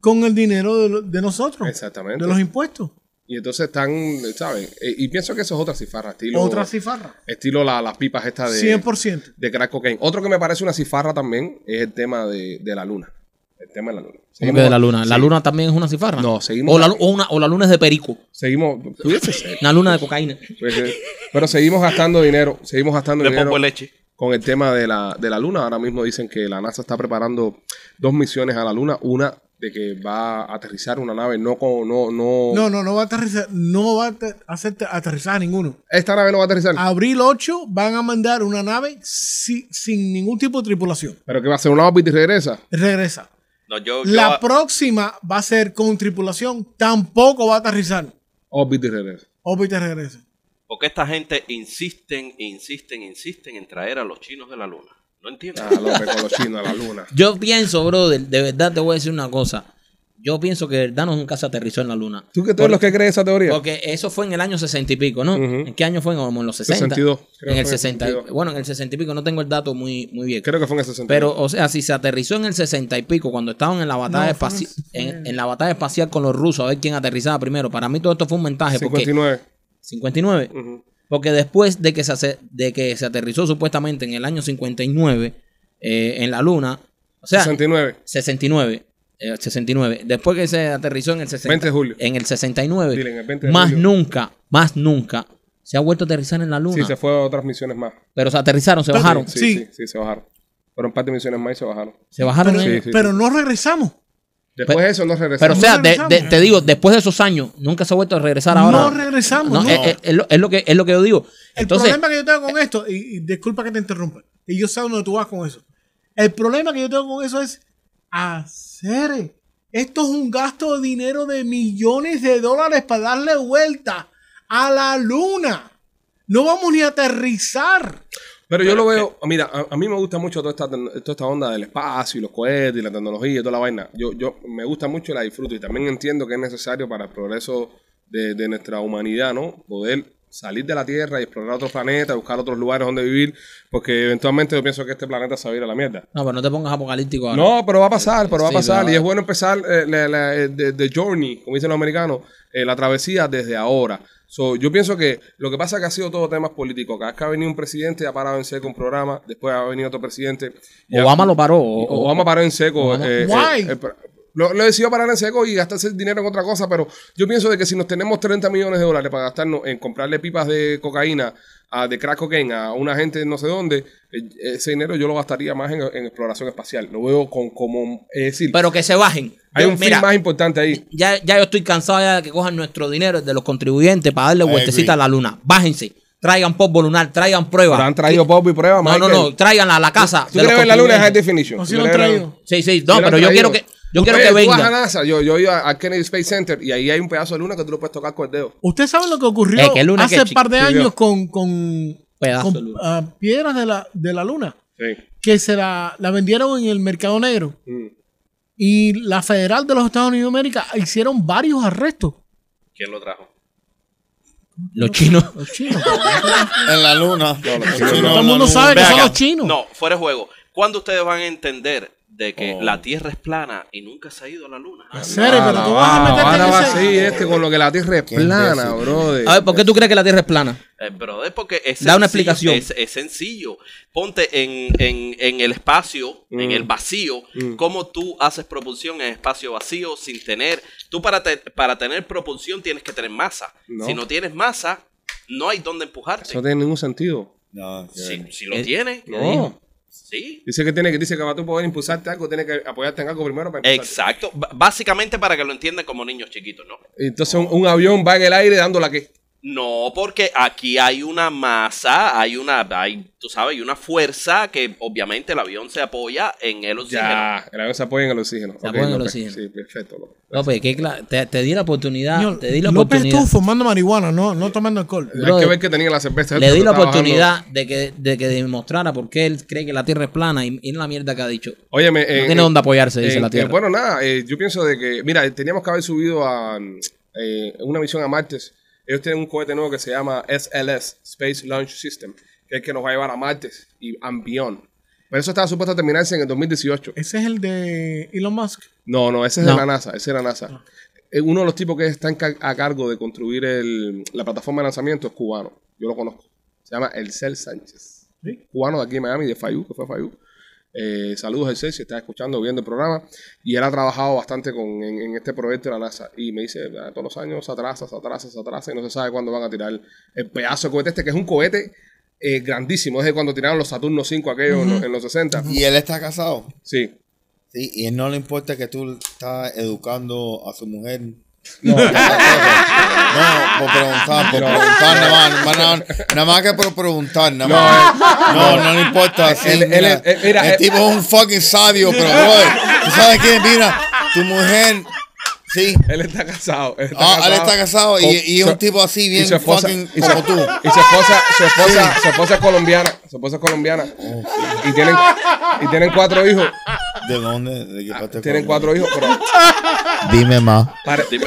E: con el dinero de, lo- de nosotros,
A: Exactamente.
E: de los impuestos.
A: Y entonces están, ¿sabes? Eh, Y pienso que eso es otra cifarra, estilo.
E: Otra cifarra.
A: Estilo la- las pipas estas de.
E: 100%.
A: De crack cocaine. Otro que me parece una cifarra también es el tema de, de la luna. El tema de la luna.
B: Como
A: Seguimos-
B: que de la luna. ¿La
A: sí,
B: luna también es una cifarra?
A: No, seguimos-
B: O la, lu- o una- o la luna es de perico.
A: Seguimos. pudiese ser,
B: Una luna de cocaína.
A: pudiese ser. Pero seguimos gastando dinero. Seguimos gastando
C: De
A: dinero.
C: poco leche.
A: con el tema de la, de la luna. Ahora mismo dicen que la NASA está preparando dos misiones a la luna. Una de que va a aterrizar una nave, no con, no, no.
E: No, no, no va a aterrizar, no va a te- hacer te- aterrizar a ninguno.
A: Esta nave no va a aterrizar.
E: Abril 8 van a mandar una nave si- sin ningún tipo de tripulación.
A: Pero que va a hacer una órbita y regresa.
E: Regresa.
C: No, yo, yo-
E: La próxima va a ser con tripulación. Tampoco va a aterrizar.
A: Órbita y regresa.
E: Órbita regresa.
C: porque esta gente insisten, insisten, insisten en traer a los chinos de la luna. No entiendo.
A: Ah, López, con los chinos a la luna.
B: Yo pienso, brother, de verdad te voy a decir una cosa. Yo pienso que Thanos nunca se aterrizó en la luna.
A: ¿Tú que todos los que creen esa teoría?
B: Porque eso fue en el año 60 y pico, ¿no?
A: Ujú.
B: ¿En qué año fue? Como en los 60.
A: 62, creo
B: en
A: que
B: el
A: fue en
B: 60. y-
A: 62.
B: Bueno, en el 60 y pico no tengo el dato muy, muy bien.
A: Creo que fue en ese sentido.
B: Pero, o sea, si se aterrizó en el 60 y pico, cuando estaban en la batalla,
E: No, fue
B: espacial,
E: en el-
B: en, en la batalla espacial con los rusos, a ver quién aterrizaba primero. Para mí todo esto fue un
A: ah,
B: montaje. Porque,
A: 59.
B: 59.
A: Ujú.
B: Porque después de que se, ace- de que se aterrizó supuestamente en el año 59 eh, en la luna, o sea,
A: 69.
B: 69. eh, 69. Después que se aterrizó en el 60,
A: 20 de julio.
B: En el 69.
A: Dile, en el 20 de
B: más
A: julio.
B: nunca, más nunca se ha vuelto a aterrizar en la luna.
A: Sí, se fue a otras misiones más.
B: Pero se aterrizaron, se bajaron.
A: Sí,
E: Sí.
A: sí, sí, se bajaron. Fueron parte de misiones más y se bajaron.
B: Se bajaron.
E: Pero,
B: ellos.
A: Sí, sí,
E: pero
A: sí.
E: no regresamos.
A: Después de eso no regresamos.
B: Pero o sea, de- de-
E: regresamos.
B: te digo, después de esos años, nunca se ha vuelto a regresar ahora.
E: No regresamos,
B: No, eh,
E: no.
B: Es, es- es lo, es lo que, es lo que yo digo.
E: El
B: Entonces,
E: problema que yo tengo con esto, y, y disculpa que te interrumpa, y yo sé a dónde tú vas con eso. El problema que yo tengo con eso es hacer. Esto es un gasto de dinero de millones de dólares para darle vuelta a la luna. No vamos ni a aterrizar.
A: Pero yo lo veo, mira, a, a mí me gusta mucho toda esta, toda esta onda del espacio y los cohetes y la tecnología y toda la vaina. Yo, yo me gusta mucho y la disfruto y también entiendo que es necesario para el progreso de, de nuestra humanidad, ¿no? Poder salir de la Tierra y explorar otros planetas, buscar otros lugares donde vivir, porque eventualmente yo pienso que este planeta se va a ir a la mierda.
B: no, pero no te pongas apocalíptico ahora.
A: No, pero va a pasar, pero va a
B: Sí,
A: pasar.
B: pero-
A: Y es bueno empezar eh, la, la- eh, the, the journey, como dicen los americanos, eh, la travesía desde ahora. So, yo pienso que lo que pasa es que ha sido todo temas políticos. Cada vez que ha venido un presidente ha parado en seco un programa, después ha venido otro presidente. y ha-
B: Obama lo paró. o- o-
A: Obama paró en seco. eh, eh,
E: Why?
A: eh, pa- lo, lo decidió parar en seco y gastarse el dinero en otra cosa, pero yo pienso de que si nos tenemos 30 millones de dólares para gastarnos en comprarle pipas de cocaína, a, de crack cocaine a una gente no sé dónde, eh, ese dinero yo lo gastaría más en, en exploración espacial. Lo veo con como... Es decir,
B: Pero que se bajen.
A: hay
B: Yo-
A: un fin
B: mira, Ah,
A: más importante ahí.
B: ya, ya yo estoy cansado ya de que cojan nuestro dinero el de los contribuyentes para darle
D: I
B: vueltecita a
D: agree.
B: la luna. Bájense. Traigan polvo lunar, traigan pruebas.
A: Pero han traído pop y prueba,
B: No, no, no, tráiganla a la casa.
A: ¿Tú
B: de los
A: quieres ver la luna? Es high
B: contribuyentes.
A: definition.
E: No
A: ¿Tú
E: si lo han
A: quieres ver la-
E: traído.
B: Sí, sí,
A: Sí
B: no,
A: lo han
B: pero yo
A: traído.
B: quiero que, yo
A: Tú
B: quiero
A: puedes-
B: que
A: Tú vas a
B: venga.
A: NASA. Yo, yo iba a Kennedy Space Center y ahí hay un pedazo de luna que tú lo puedes tocar con el dedo.
E: Ustedes saben lo que ocurrió
B: Eh, que luna,
E: hace
B: que
E: un par de
A: chi- sí,
E: años
A: yo.
E: con, con,
B: Pedazo
E: con,
B: de luna.
E: ah, piedras de la, de la luna,
A: Sí.
E: que se la, la vendieron en el mercado negro.
A: Mm.
E: Y la Federal de los Estados Unidos de América hicieron varios arrestos.
C: ¿Quién lo trajo?
B: Los chinos.
E: Los chinos.
D: En la luna.
A: los
D: Sí, no,
A: chinos no.
D: en
E: Todo
D: la
E: el mundo
D: luna.
E: sabe que
C: Ve
E: son
C: acá.
E: los chinos.
C: No, fuera de juego. ¿Cuándo ustedes van a entender de que
D: Oh.
C: la Tierra es plana y nunca se ha ido a la luna?
E: Sere, pero tú vas a
A: Ah,
E: meterte
A: Ahora
E: en
A: va
E: ese-
A: así, este, con lo que la tierra es plana,
D: imbécil.
A: brother.
B: A ver, ¿por qué tú crees que la Tierra es plana?
C: Eh, brother, porque es
B: Da una
C: sencillo,
B: explicación.
C: Es, es sencillo. Ponte en, en- en el espacio, en el vacío, cómo tú haces propulsión en espacio vacío sin tener... Tú para, te- para tener propulsión tienes que tener masa.
A: No.
C: Si no tienes masa, no hay dónde empujarte.
A: Eso no tiene ningún sentido.
D: No, qué
C: Si,
D: bien.
C: si lo
B: Eh,
C: tienes,
A: No.
C: sí.
A: Dice que tiene que dice que para tú poder impulsarte algo, tienes que apoyarte en algo primero para impulsarte.
C: Exacto. B- básicamente para que lo entiendan como niños chiquitos, ¿no?
A: Entonces un, un avión va en el aire dando la que.
C: No, porque aquí hay una masa, hay una, hay, tú sabes, hay una fuerza que obviamente el avión se apoya en el oxígeno.
A: Ya, el avión se apoya en el oxígeno.
B: Se
A: Ok,
B: apoya en el
A: López.
B: oxígeno.
A: Sí, perfecto. López.
B: López, qué pues, cla- te, te di la oportunidad.
E: Señor,
B: te di la
E: López
B: oportunidad.
E: estuvo fumando marihuana, no, no tomando alcohol.
A: Hay que
B: Brother,
A: ver que tenía la cerveza.
B: Le
A: Esto
B: di la
A: está bajando.
B: oportunidad de que, de que demostrara por qué él cree que la Tierra es plana y, y la mierda que ha dicho.
A: Óyeme,
B: No
A: eh,
B: tiene
A: eh,
B: dónde apoyarse, dice
A: eh,
B: la
A: eh,
B: Tierra.
A: bueno, nada, eh, yo pienso de que, mira, teníamos que haber subido a mm, eh, una misión a Marte. Ellos tienen un cohete nuevo que se llama SLS, Space Launch System, que es el que nos va a llevar a Marte y and beyond. Pero eso estaba supuesto a terminarse en el 2018.
E: Ese es el de Elon Musk.
A: No, no, ese es
B: No.
A: de la NASA, ese es de la NASA. Eh, Uno de los tipos que está en ca- a cargo de construir el- la plataforma de lanzamiento es cubano. Yo lo conozco. Se llama Elcel Sánchez.
E: Sí.
A: Cubano de aquí en Miami, de Fayú, que fue a Fayú. Eh, saludos, Elcel, si estás escuchando, viendo el programa. Y él ha trabajado bastante con, en, en este proyecto de la NASA. Y me dice, "Ah, todos los años se atrasa, se atrasa, se atrasa. Y no se sabe cuándo van a tirar el, pedazo de cohete este, que es un cohete eh, grandísimo. Es de cuando tiraron los Saturno 5 aquellos en los- en los 60.
D: Y él está casado.
A: Sí.
D: Sí, y él no le importa que tú estás educando a su mujer.
A: No.
D: No, por preguntar, por preguntar, nada más, nada más, nada más- nada más que por preguntar, nada más. No, no, le importa. sí,
A: Él- él
D: mira,
A: eh. es- eh, mira,
D: el
A: eh.
D: tipo es un fucking sabio, pero brother, ¿tú sabes qué? Mira, tu mujer, sí,
A: Él está casado. Él está
D: ah, él está casado y,
A: Con-
D: y es
A: su-
D: un tipo así, bien
A: y su esposa,
D: fucking
A: y su-
D: como tú.
A: Y su esposa, su esposa, su esposa es colombiana. Su esposa es colombiana. Y tienen, y tienen cuatro hijos.
D: ¿De dónde? ¿De qué parte?
A: Tienen cuatro hijos, pero.
D: Dime más.
A: pare-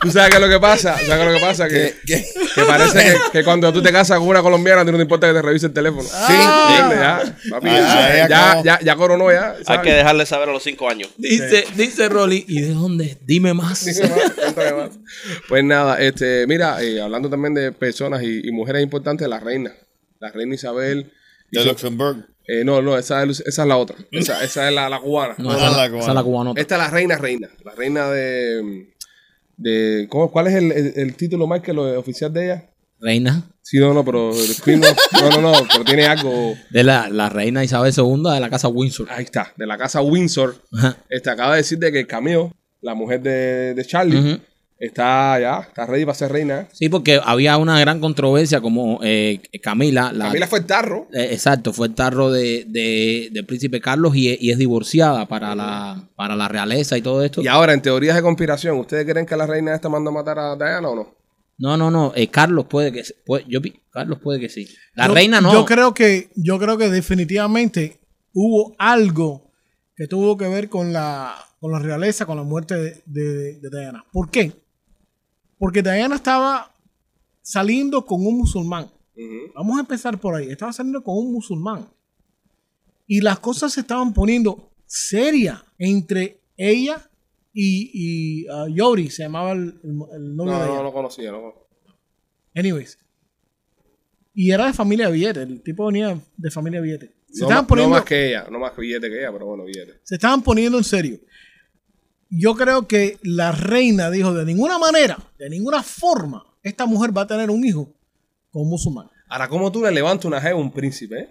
A: ¿Tú sabes qué es lo que pasa? ¿Sabes qué es lo que pasa? Que,
D: ¿Qué?
A: que parece que, que cuando tú te casas con una colombiana, a ti no te importa que te revise el teléfono. Sí. Ya, papi,
D: Ah,
A: ya,
D: ya
A: ya,
D: acabó.
A: ya, ya coronó ya.
C: Hay
A: ¿sabes?
C: que dejarle saber a los cinco años.
B: Dice, dice Rolly, ¿y de dónde? Dime más.
A: Dice más, cuéntame más. Pues nada, este, mira, eh, hablando también de personas y, y mujeres importantes, la reina. La reina Isabel.
D: De
A: hizo-
D: Luxemburgo.
A: Eh, no, no, esa es, esa es la otra. Esa, esa es la, la cubana.
B: No,
D: Esa
B: esa,
D: es la
B: esa es la cubanota.
A: Esta es la reina, reina. La reina de. de ¿cómo- ¿Cuál es el, el- el título más que lo oficial de ella?
B: Reina.
A: Sí, no, no, pero. el Queen No, no, no, no, pero tiene algo.
B: De la, la reina Isabel II de la casa Windsor.
A: Ahí está, de la casa Windsor.
B: Ajá.
A: Este, acaba de decir de que Cameo, la mujer de, de Charlie,
B: Ujú.
A: está ya, está ready para ser reina. ¿eh?
B: Sí, porque había una gran controversia como eh, Camila. La,
A: Camila fue el tarro.
B: Eh, exacto, fue el tarro de, de- del príncipe Carlos y, e- y es divorciada para la, para la realeza y todo esto.
A: Y ahora, en teorías de conspiración, ¿ustedes creen que la reina esta mandó a matar a Diana o no?
B: No, no, no. eh, Carlos puede que sí. puede- yo, pi- Carlos puede que sí. La
E: Yo-
B: reina no.
E: Yo creo que, yo creo que definitivamente hubo algo que tuvo que ver con la, con la realeza, con la muerte de, de- de Diana. ¿Por qué? Porque Diana estaba saliendo con un musulmán. Vamos a empezar por ahí. Estaba saliendo con un musulmán. Y las cosas se estaban poniendo serias entre ella y, y ah, Yori, se llamaba el, el- el novio
A: No,
E: de ella.
A: no, no conocía, no conocía.
E: Anyways. Y era de familia billete. El tipo venía de familia billete. Se,
A: No,
E: estaban,
A: ma-
E: poniendo,
A: no más que ella, no más que billete que ella, pero bueno, billete.
E: se estaban poniendo en serio. Yo creo que la reina dijo, de ninguna manera, de ninguna forma, esta mujer va a tener un hijo con un musulmán.
A: Ahora, ¿cómo tú le levantas una jeva a un príncipe? eh?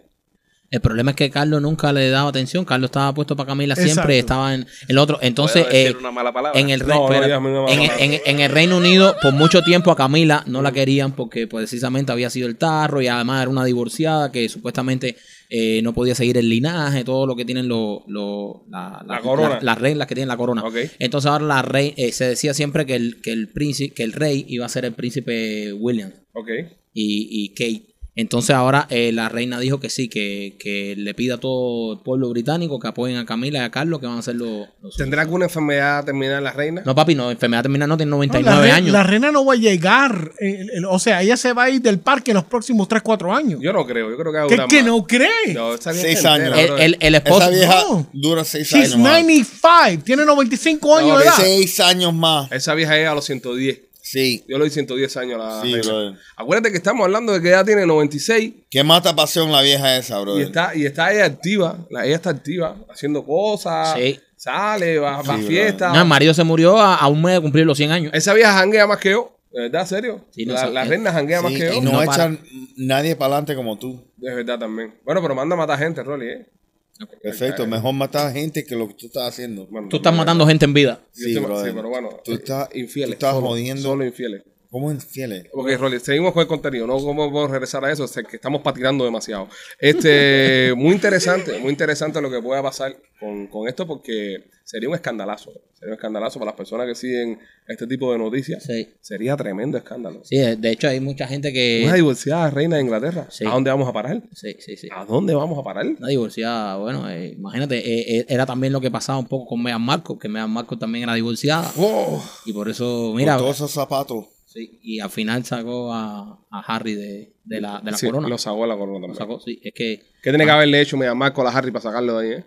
B: El problema es que Carlos nunca le daba atención. Carlos estaba puesto para Camila siempre.
E: Exacto.
B: Estaba en el otro. Entonces,
C: ¿Puedo decir
B: eh,
C: una mala palabra.
B: en el, re-
A: No, no
B: pero-
A: digas una mala
B: en,
A: palabra.
B: en- en el Reino Unido, por mucho tiempo a Camila no la querían porque precisamente había sido el tarro y además era una divorciada que supuestamente eh, no podía seguir el linaje, todo lo que tienen los los- la-
A: La
B: la-
A: corona.
B: la- las reglas que tiene la corona.
A: Ok.
B: Entonces ahora la rey, eh, se decía siempre que el, que, el príncipe, que el rey iba a ser el príncipe William
A: Ok.
B: y, y Kate. Entonces ahora eh, la reina dijo que sí, que, que le pida a todo el pueblo británico que apoyen a Camila y a Carlos, que van a ser los... los-
A: ¿Tendrá alguna enfermedad terminal la reina?
B: No, papi, no, enfermedad terminal no tiene
E: No,
B: 99
E: la, re-
B: años.
E: la reina no va a llegar. eh, eh, o sea, ella se va a ir del parque en los próximos 3, 4 años.
A: Yo no creo, yo creo que va a
E: ¿Qué
A: durar
E: que
A: más.
E: no cree?
A: No, esa vieja
D: Seis
A: entera,
D: años.
B: el,
A: bro.
B: el- el
D: Esa
B: esposo...
D: vieja
E: No.
D: dura seis
E: She's
D: años más.
E: 95, tiene 95 años
A: No,
E: de
A: que
E: edad.
D: Seis años más.
A: Esa vieja es a los 110.
D: Sí.
A: Yo le doy 110 años a la
D: Sí,
A: reina.
D: brother.
A: Acuérdate que estamos hablando de que ella tiene 96
D: Qué mata pasión la vieja esa,
A: y
D: brother.
A: está, y está ella activa. La- ella está activa, haciendo cosas.
B: Sí.
A: Sale, va, va a
D: Sí,
A: fiestas.
B: No, el marido se murió a, a un mes de cumplir los 100 años.
A: Esa vieja janguea más que yo. ¿De verdad, serio?
B: Sí, no
A: la,
B: sé.
A: la reina janguea más
D: Sí,
A: que yo.
D: y no,
B: No para.
D: echan nadie para adelante como tú.
A: Es verdad también. Bueno, pero manda a matar gente, Rolly, ¿eh?
D: Perfecto, mejor matar gente que lo que tú estás haciendo.
A: Bueno,
B: Tú estás
A: también,
B: matando gente en vida.
A: yo
D: Sí,
A: estoy-
D: brother.
A: sí, pero bueno.
D: Tú
A: eh,
D: estás-
A: infieles.
D: tú estás
A: solo,
D: jodiendo.
A: Solo infieles.
D: ¿Cómo infieles?
A: Ok, Rolly, seguimos con el contenido, no vamos a regresar a eso, o sea, que estamos patinando demasiado. Este, muy interesante, muy interesante lo que pueda pasar con, con esto porque sería un escandalazo. Sería un escandalazo para las personas que siguen este tipo de noticias.
B: Sí.
A: Sería tremendo escándalo.
B: Sí, eh, de hecho hay mucha gente
A: Una
B: que...
A: divorciada reina de Inglaterra.
B: Sí.
A: ¿A dónde vamos a parar?
B: Sí, sí, sí.
A: ¿A dónde vamos a parar?
B: Una divorciada, bueno, eh, imagínate, eh, eh, era también lo que pasaba un poco con Meghan Marco, que Meghan Marco también era divorciada.
A: ¡Oh!
B: Y por eso,
D: Mira.
B: mira,
D: Todos esos zapatos.
B: sí, y al final sacó a, a Harry de, de la, de la
A: Sí,
B: corona. Ah.
A: Lo sacó de la corona
B: Lo
A: también.
B: sacó, sí, es que...
A: ¿Qué tiene que haberle hecho mi mamá con la Harry para sacarlo de ahí, eh?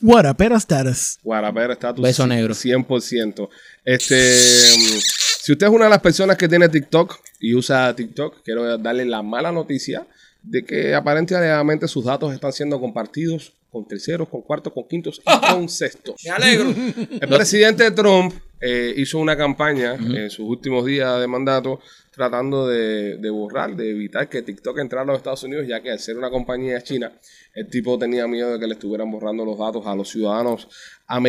E: Guarapera status.
A: Guarapera está tu
B: Beso negro.
A: 100%. Este, mm, si usted es una de las personas que tiene TikTok y usa TikTok, quiero darle la mala noticia de que aparentemente sus datos están siendo compartidos con terceros, con cuartos, con quintos y con sextos.
B: Me alegro.
A: El presidente Trump eh, hizo una campaña en sus últimos días de mandato tratando de, de borrar, de evitar que TikTok entrara a los Estados Unidos, ya que al ser una compañía china, el tipo tenía miedo de que le estuvieran borrando los datos a los ciudadanos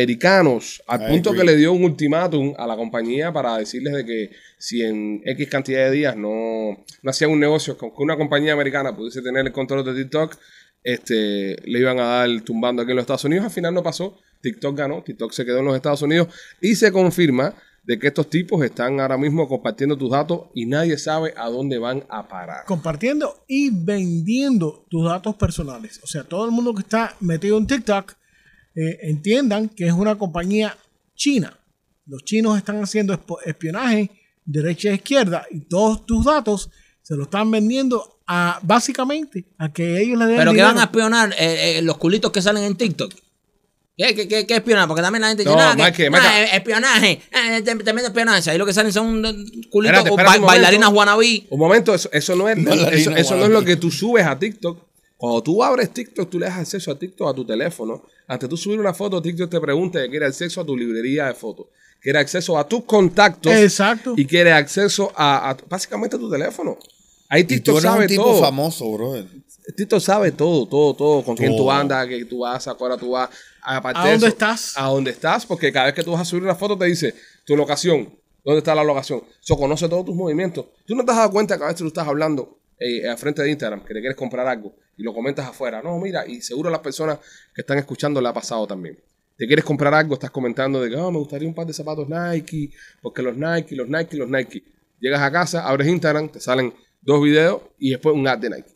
A: americanos, al
D: I
A: punto
D: agree.
A: que le dio un ultimátum a la compañía para decirles de que si en X cantidad de días no, no hacían un negocio con que una compañía americana pudiese tener el control de TikTok, este, le iban a dar tumbando aquí en los Estados Unidos. Al final no pasó. TikTok ganó, TikTok se quedó en los Estados Unidos y se confirma de que estos tipos están ahora mismo compartiendo tus datos y nadie sabe a dónde van a parar.
E: Compartiendo y vendiendo tus datos personales. O sea, todo el mundo que está metido en TikTok, eh, entiendan que es una compañía china. Los chinos están haciendo espo- espionaje derecha e izquierda y todos tus datos se los están vendiendo a básicamente a que ellos le den
B: Pero que
E: dinero.
B: van a espionar eh, eh, los culitos que salen en TikTok. ¿Qué, qué, qué, qué espionaje? Porque también la gente dice,
A: No,
B: "Ah, que-
A: Mike,
B: ah,
A: Mike.
B: eh, espionaje, eh, tem- tremendo espionaje. Ahí lo que salen son eh, culitos
A: Espérate,
B: o
A: espérate
B: ba-
A: un momento.
B: bailarinas wannabe.
A: Un momento, eso, eso no es,
D: Bailarina
A: eso, eso no es
D: wannabe.
A: lo que tú subes a TikTok. Cuando tú abres TikTok, tú le das acceso a TikTok a tu teléfono. Antes de tú subir una foto, TikTok te pregunta que quiere acceso a tu librería de fotos, quiere acceso a tus contactos
E: Exacto.
A: y quiere acceso a, a- básicamente a tu teléfono. Ahí
D: Y tú
A: TikTok
D: eres un
A: sabe
D: tipo
A: todo.
D: famoso, brother.
A: Tito sabe todo, todo, todo. Con quién tú
D: Todo.
A: andas, que tú vas, a cuál hora tú vas. Aparte
E: ¿A
A: de
E: dónde
A: eso,
E: estás?
A: A dónde estás, porque cada vez que tú vas a subir una foto te dice tu locación. ¿Dónde está la locación? Eso conoce todos tus movimientos. Tú no te has dado cuenta que a veces tú estás hablando eh, al frente de Instagram, que le quieres comprar algo y lo comentas afuera. No, mira, y seguro a las personas que están escuchando le ha pasado también. Te quieres comprar algo, estás comentando de que "Ah, me gustaría un par de zapatos Nike, porque los Nike, los Nike, los Nike. Llegas a casa, abres Instagram, te salen dos videos y después un ad de Nike.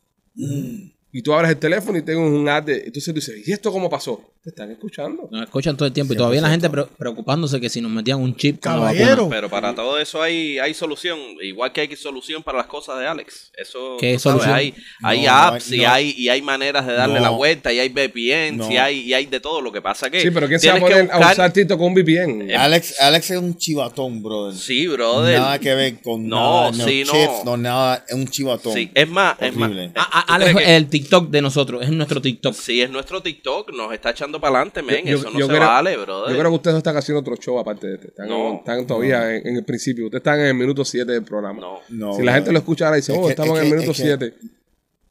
A: Y tú abres el teléfono y tengo un ad de- Entonces tú dices, ¿y esto cómo pasó? Te están escuchando.
B: Nos escuchan todo el tiempo y todavía la gente pre- preocupándose que si nos metían un chip con la
E: Caballero.
B: vacuna.
C: Pero para todo eso hay, hay solución, igual que hay solución para las cosas de Alex. Eso
B: ¿Qué
C: tú sabes,
B: solución?
C: hay, hay
D: No, no
C: apps
D: hay-
C: y
D: no.
C: hay y hay maneras de darle
D: No.
C: la vuelta y hay VPN
D: No.
C: y hay y hay de todo. Lo que pasa que
A: Sí, pero ¿quién se va a
C: tienes que
A: poner a
C: buscar- Eh,
A: usar Tito con un VPN?
D: Alex, Alex es un chivatón, brother.
C: Sí, brother.
D: Nada que ver con
C: No,
D: nada, no
C: sí, no.
D: chips, no nada, es un chivatón.
C: Sí, es más, es más. ah,
D: Horrible.
B: A-
C: ¿Tú
B: a- Alex,
C: crees que-
B: el TikTok de nosotros, es nuestro TikTok.
C: Sí, es nuestro TikTok, nos está echando para adelante, men.
A: Yo-
C: Eso no
A: yo
C: se
A: creo-
C: vale,
A: Yo
C: brother.
A: creo que ustedes no están haciendo otro show aparte de este. Están,
C: No.
A: están todavía en, en el principio. Ustedes están en el minuto 7 del programa.
C: No.
D: No,
A: si la gente lo
D: brother.
A: escucha ahora y dice,
D: Es
A: oh,
D: que-
A: estamos
D: es
A: en el
D: que-
A: minuto
D: es que-
A: 7.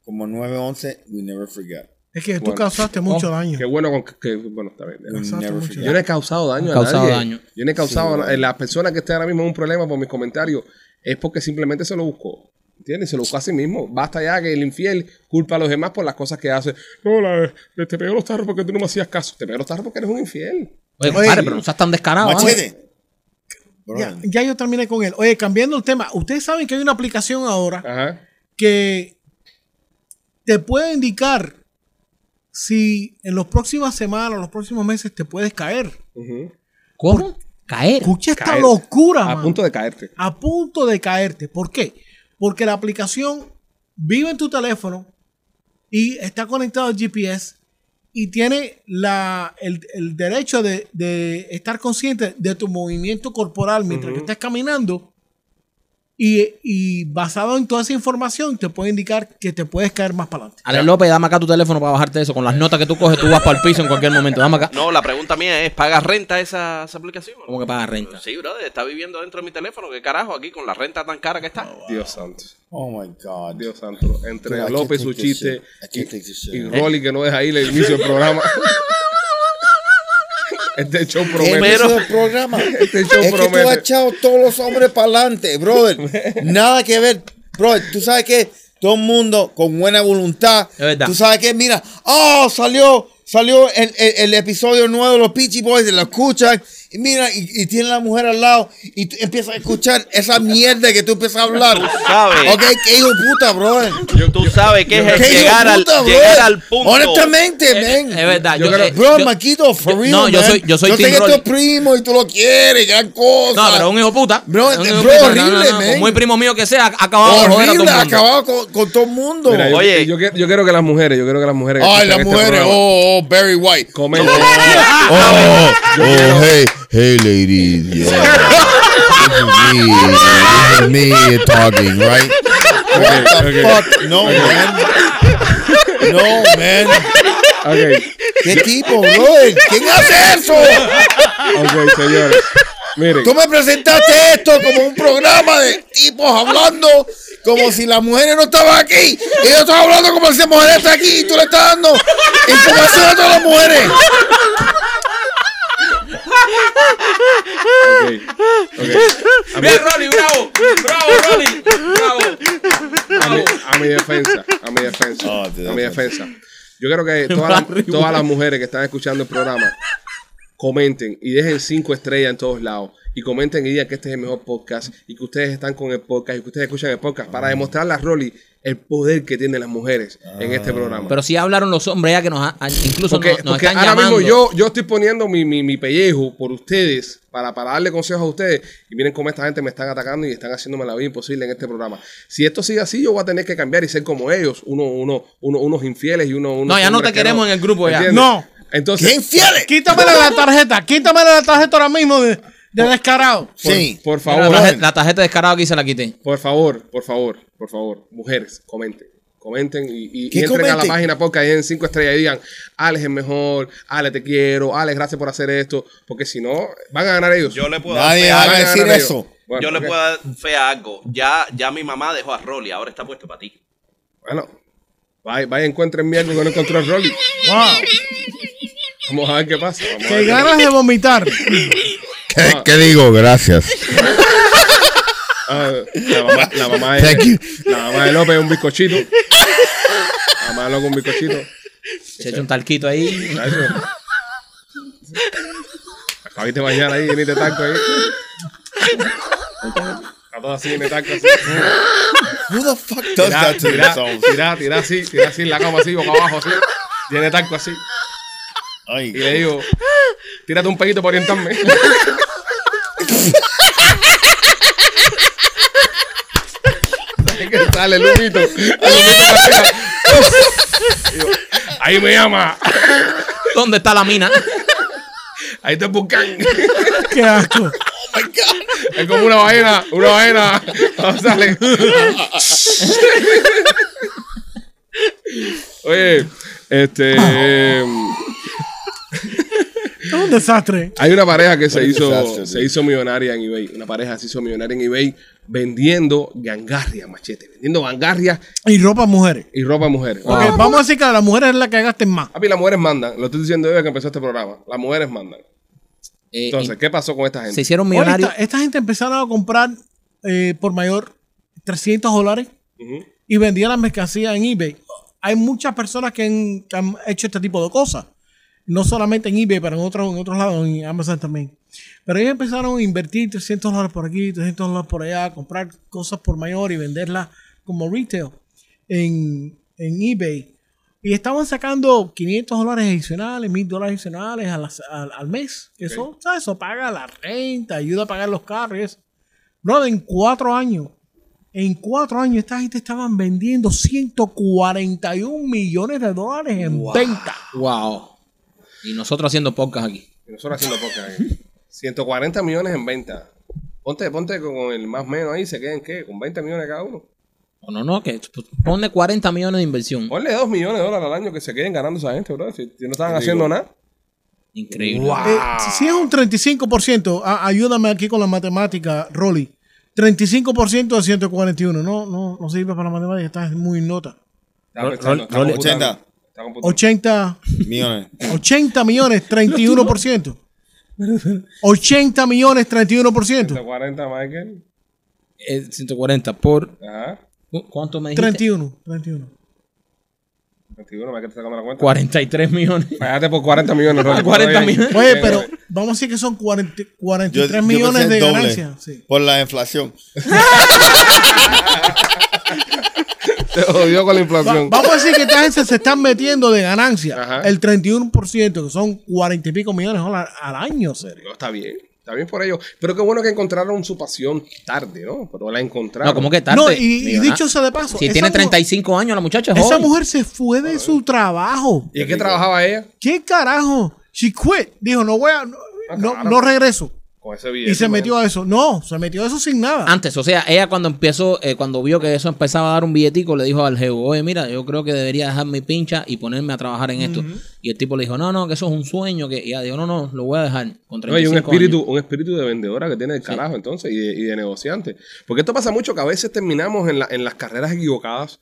D: Como 9-11, we never forget.
E: Es que tú
A: Bueno.
E: causaste mucho daño.
A: Qué bueno con que, que- bueno, está bien.
D: We
E: Exacto,
D: never
E: mucho.
A: Yo
D: forget.
A: no he causado daño a
B: Causado
A: nadie.
B: daño.
A: Yo no he causado.
D: Sí,
A: eh, la persona que está ahora mismo en un problema por mis comentarios es porque simplemente se lo buscó. ¿Entiendes? Se lo buscó a sí mismo. Basta ya que el infiel culpa a los demás por las cosas que hace. No, la, te pegó los tarros porque tú no me hacías caso. Te pegó los tarros porque eres un infiel.
B: Oye,
E: Oye,
B: compadre, pero no seas tan descarado. ¿vale?
A: Ah,
D: Machete.
E: Ya,
D: Brother.
E: ya yo terminé con él. Oye, cambiando el tema, ustedes saben que hay una aplicación ahora
A: Ajá.
E: que te puede indicar si en las próximas semanas o los próximos meses te puedes caer.
A: Ujú.
B: ¿Cómo? Caer.
E: Escucha esta
A: Caer.
E: locura,
A: Ah, A
E: man.
A: punto de caerte.
E: a punto de caerte. ¿Por qué? Porque la aplicación vive en tu teléfono y está conectado al GPS y tiene la, el, el derecho de, de estar consciente de tu movimiento corporal mientras que estás caminando. Y, y basado en toda esa información te puede indicar que te puedes caer más para adelante.
B: Alex López, dame acá tu teléfono para bajarte eso. Con las notas que tú coges, tú vas para el piso en cualquier momento. Dame acá.
C: No, la pregunta mía es, ¿pagas renta esa, esa aplicación?
B: ¿Cómo que pagas renta?
C: Sí, brother, está viviendo dentro de mi teléfono. ¿Qué carajo aquí con la renta tan cara que está?
A: Dios santo.
D: Oh my God.
A: Dios santo. Entre
D: Dude, I can't
A: López, su
D: take this
A: chiste.
D: shit. I
A: Y,
D: can't take this shit.
A: y Rolly, que no deja ahí el inicio del programa. Este show promete.
D: Ese
C: Pero-
D: es el programa.
A: Este show
D: es que tú has
A: promete.
D: echado todos los hombres para adelante, brother. Nada que ver, brother. Tú sabes que todo el mundo con buena voluntad.
B: Es verdad.
D: Tú sabes que, mira, oh, salió, salió el, el- el episodio nuevo de los Peachy Boys, lo escuchan. Y mira, y, y tiene la mujer al lado y tú empiezas a escuchar esa mierda que tú empiezas a hablar.
C: Tú sabes.
D: Ok, que hijo de puta, brother.
C: Tú sabes que es
D: Qué
C: el
D: hijo de
C: llegar, al,
D: puta,
C: llegar
D: brother.
C: al punto.
D: Honestamente, men.
B: Es verdad.
A: Yo
B: Yo,
A: creo-
B: eh,
D: Bro,
B: yo-
D: Maquito, for
B: yo-
D: real.
B: No, yo
D: man.
B: soy, yo soy
D: yo sé
B: Team
D: que es
B: Rolly.
D: tu primo y tú lo quieres, gran cosa.
B: No, pero un hijo puta.
D: Bro,
B: Un hijo
D: bro,
B: puta.
D: horrible, man.
B: Por muy primo mío que sea, ha acabado de joder a todo
D: Horrible,
B: el mundo.
D: acabado con, con todo el mundo.
A: Mira, yo,
C: Oye.
A: yo, quiero- yo quiero que las mujeres, yo quiero que las mujeres. que escuchan
D: Ay, las
A: este
D: mujeres,
A: programa
D: oh, oh, Barry White.
A: comenten.
B: Ah,
D: Oh, oh, oh, hey, hey, ladies. Yeah. This is me. This is me talking, right? What the
A: okay.
D: fuck? No, man. No, man.
A: Ok.
D: ¿Qué tipo, bro? ¿Quién hace eso?
A: Ok, señores. Miren.
D: Tú me presentaste esto como un programa de tipos hablando como si las mujeres no estaban aquí. Y yo estaba hablando como si las mujeres están aquí y tú le estás dando información a todas las mujeres.
A: ok, ok. A mi,
B: Bien, Rolly, bravo. Bravo, Rolly. Bravo.
A: a mi- a mi defensa. A mi defensa.
D: Oh, te da
A: a mi
D: cuenta.
A: defensa. Yo creo que todas las, todas las mujeres que están escuchando el programa comenten y dejen cinco estrellas en todos lados. Y comenten y digan que este es el mejor podcast y que ustedes están con el podcast y que ustedes escuchan el podcast para demostrarle a Rolly el poder que tienen las mujeres en este programa.
B: Pero sí hablaron los hombres ya que nos, ha- incluso
A: Porque,
B: nos, nos
A: porque
B: están
A: ahora
B: llamando.
A: mismo yo, yo estoy poniendo mi, mi, mi pellejo por ustedes para, para darle consejos a ustedes. Y miren cómo esta gente me están atacando y están haciéndome la vida imposible en este programa. Si esto sigue así, yo voy a tener que cambiar y ser como ellos. Uno, uno, uno, unos infieles y uno, unos
B: No, ya no
A: hombres
B: te
A: que
B: queremos en el grupo ya.
A: ¿Entiendes?
E: No.
A: Entonces,
D: ¿Qué infieles?
E: Quítamele la tarjeta, quítamele la tarjeta ahora mismo de, de descarado.
A: por,
D: Sí.
A: por
B: La,
A: favor,
B: tarjeta, la tarjeta descarada que se la quité.
A: por favor, por favor, por favor, mujeres, comenten. Comenten y, y- y
D: ¿Qué
A: entren a la
D: comenten?
A: página podcast y den cinco estrellas y digan, Alex es mejor, Alex te quiero, Alex gracias por hacer esto, porque si no, van a ganar ellos.
C: Yo le puedo dar
D: Nadie
C: fe a
D: va
A: Van
D: a
A: ganar
D: decir
A: ellos.
D: eso.
A: Bueno,
C: Yo le
A: ok.
C: puedo dar fe a algo. Ya, ya mi mamá dejó a Rolly, ahora está puesto para ti.
A: Bueno, vaya, vaya encuentren mi algo que no encontró el Rolly.
E: Wow.
A: Vamos a ver qué pasa. Vamos a
E: Qué
A: ver.
E: ganas de vomitar.
D: ¿Qué, digo? Gracias.
A: Ah, la, mamá, la mamá de,
D: Thank you.
A: la mamá de López es un bizcochito. La mamá de López es un bizcochito.
B: Se echó un talquito ahí.
A: Para irte a bañar ahí, veniste taco ahí. Está todo así en el taco. Así.
D: Who the fuck does
A: Tirá,
D: that to
A: tirá,
D: themselves?
A: tirá, tirá así, tirá así en la cama así, boca abajo así. Tiene taco así.
D: Ay,
A: Y le digo, tírate un peguito para orientarme. Es que sale el humito. El humito para arriba. Digo, Ahí me llama.
B: ¿Dónde está la mina?
A: Ahí te buscan.
E: Qué asco.
A: Es como una vaina, una vaina. No sale. Oye, este. em,
E: Es un desastre.
A: Hay una pareja que se
D: What a
A: hizo,
D: disaster,
A: se
D: dude.
A: hizo millonaria en eBay. Una pareja se hizo millonaria en eBay vendiendo gangarria, machete. Vendiendo gangarria
E: Y ropa mujeres.
A: y ropa a mujeres.
E: Ok, vamos a decir que a las mujeres es la que gasten más.
A: Papi, las mujeres mandan. Lo estoy diciendo desde que empezó este programa. Las mujeres mandan.
B: Eh,
A: Entonces, ¿qué pasó con esta
B: y
A: gente?
B: se hicieron
E: Oye,
B: millonarios.
E: esta, esta gente empezaron a comprar eh, por mayor 300 dólares
A: Ujú.
E: y vendían las mercancías en eBay. Hay muchas personas que han, que han hecho este tipo de cosas. No solamente en eBay, pero en otros en otros lados, en Amazon también. Pero ellos empezaron a invertir 300 dólares por aquí, 300 dólares por allá, comprar cosas por mayor y venderlas como retail en, en eBay. Y estaban sacando 500 dólares adicionales, 1000 dólares adicionales a las- al, al mes. Que Eso, ¿sabes? eso paga la renta, ayuda a pagar los carros. y eso. Brother, en cuatro años, en cuatro años, esta gente estaban vendiendo 141 millones de dólares en venta.
B: Wow. Y nosotros haciendo podcast aquí.
A: Y Nosotros haciendo podcast. ahí. 140 millones en venta. Ponte, ponte con el más menos ahí. ¿Se quedan qué? ¿Con 20 millones cada uno?
B: No, no, no, que pues, ponle 40 millones de inversión.
A: Ponle 2 millones de dólares al año que se queden ganando esa gente, bro. Si, si no estaban haciendo nada.
B: Increíble.
E: Eh, si es un 35%, a- ayúdame aquí con la matemática, Rolly. 35% de 141. No, no, no sirve para la matemática, estás muy nota.
A: Estaba pensando, estaba
D: Rolly,
A: computando.
D: 80.
A: Estaba computando.
E: 80,
D: millones.
E: 80 millones, 31%. 80 millones 31%.
A: 140, Michael.
B: Eh, 140 por.
A: Ajá.
B: ¿cu- ¿Cuánto me dijiste?
E: 31, 31.
A: 21, Michael te está sacando la cuenta.
B: 43 millones.
A: Pagaste por 40 millones, Rolly.
B: 40
A: Bien.
B: millones.
E: Oye,
A: Bien,
E: pero
A: bien.
E: vamos a decir que son 40
D: Yo-
E: 43
D: yo
E: millones
D: pensé
E: de
D: el doble
E: ganancia. Sí.
D: Por la inflación.
A: Te jodió con la
E: Va-
A: inflación.
E: vamos a decir que esta gente se están metiendo de ganancia
A: Ajá.
E: el 31%, que son 40 y pico millones de dólares al año, serio.
A: No, está bien. Está bien por ello. Pero qué bueno que encontraron su pasión tarde, ¿no? Pero la encontraron.
B: No, como que tarde.
E: No, y, y
B: Digo,
E: dicho
B: ah,
E: sea de paso,
B: Si
E: esa
B: tiene
E: mujer-
B: 35 años la muchacha, es
E: esa
B: joven.
E: mujer se fue de su trabajo.
A: ¿Y en qué trabajaba ella?
E: ¿Qué carajo? She quit. Dijo, no voy a, no,
A: Ah,
E: no-
A: claro.
E: no regreso.
A: Con ese video.
E: Y se metió a eso. No, se metió a eso sin nada.
B: Antes, o sea, ella cuando empezó, eh, cuando vio que eso empezaba a dar un billetico, le dijo al jefe, oye, mira, yo creo que debería dejar mi pincha y ponerme a trabajar en esto. Y el tipo le dijo, no, no, que eso es un sueño. Que... Y ella dijo, no, no, lo voy a dejar. Con
A: No, y
B: 35
A: un
B: años".
A: espíritu, un espíritu de vendedora que tiene el carajo entonces y de, y de negociante. Porque esto pasa mucho que a veces terminamos en, la- en las carreras equivocadas,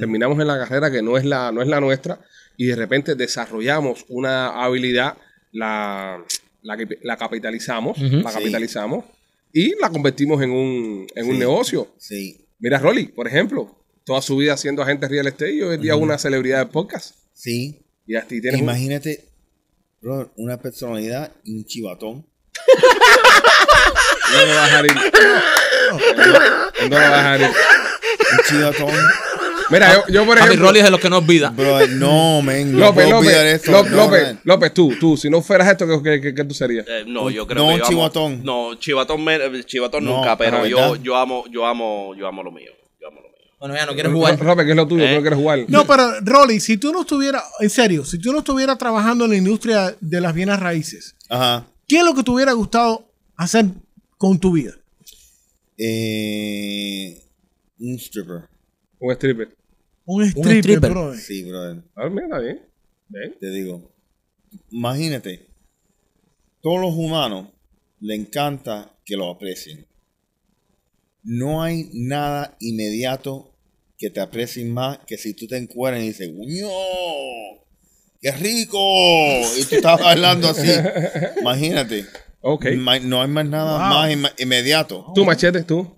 A: terminamos en la carrera que no es la, no es la nuestra y de repente desarrollamos una habilidad, la, la, que- la capitalizamos, la
D: Sí.
A: capitalizamos y la convertimos en un, en un
D: Sí.
A: negocio.
D: Sí,
A: Mira a Rolly, por ejemplo, toda su vida siendo agente real estate y hoy en día una celebridad de podcast.
D: sí.
A: Y así tienes un-
D: Imagínate, bro, una personalidad y un chivatón.
A: ¿Dónde vas a ir? ¿Dónde vas a ir?
D: Un chivatón.
A: Mira, yo, yo por
B: Papi
A: ejemplo...
B: Rolly es de los que no olvida.
D: Bro, no, men. No
A: López,
D: puedo olvidar
A: López,
D: esto.
A: López,
D: No,
A: López,
D: man.
A: López, tú, tú, si no fueras esto, ¿qué, qué- qué- qué tú serías?
C: Eh, no, yo creo
D: No,
C: que yo amo-
D: chivatón.
C: no, chivatón, me- eh, chivatón
D: No,
C: nunca, pero
D: la
C: yo,
D: verdad.
C: yo amo, yo amo, yo amo lo mío. Yo amo lo mío.
B: Bueno, ya no quiere jugar.
A: López, ¿qué es lo tuyo?
C: Eh.
A: ¿Tú no quieres jugar?
E: No, pero Rolly, si tú no estuvieras, en serio, si tú no estuvieras trabajando en la industria de las bienes raíces,
D: Ajá.
E: ¿qué es lo que te hubiera gustado hacer con tu vida?
D: Eh, un stripper.
A: Un stripper.
E: Un stripper,
B: stripper.
E: brother.
D: Sí, brother.
A: Ah, mira, está bien. Bien.
D: Te digo. Imagínate. Todos los humanos le encanta que lo aprecien. No hay nada inmediato que te aprecien más que si tú te encueras y dices, ¡Uño! ¡Qué rico! Y tú estás bailando así. Imagínate.
A: Ok.
D: Ma- No hay más nada
E: Wow.
D: más inma- inmediato.
A: Tú, machete, tú,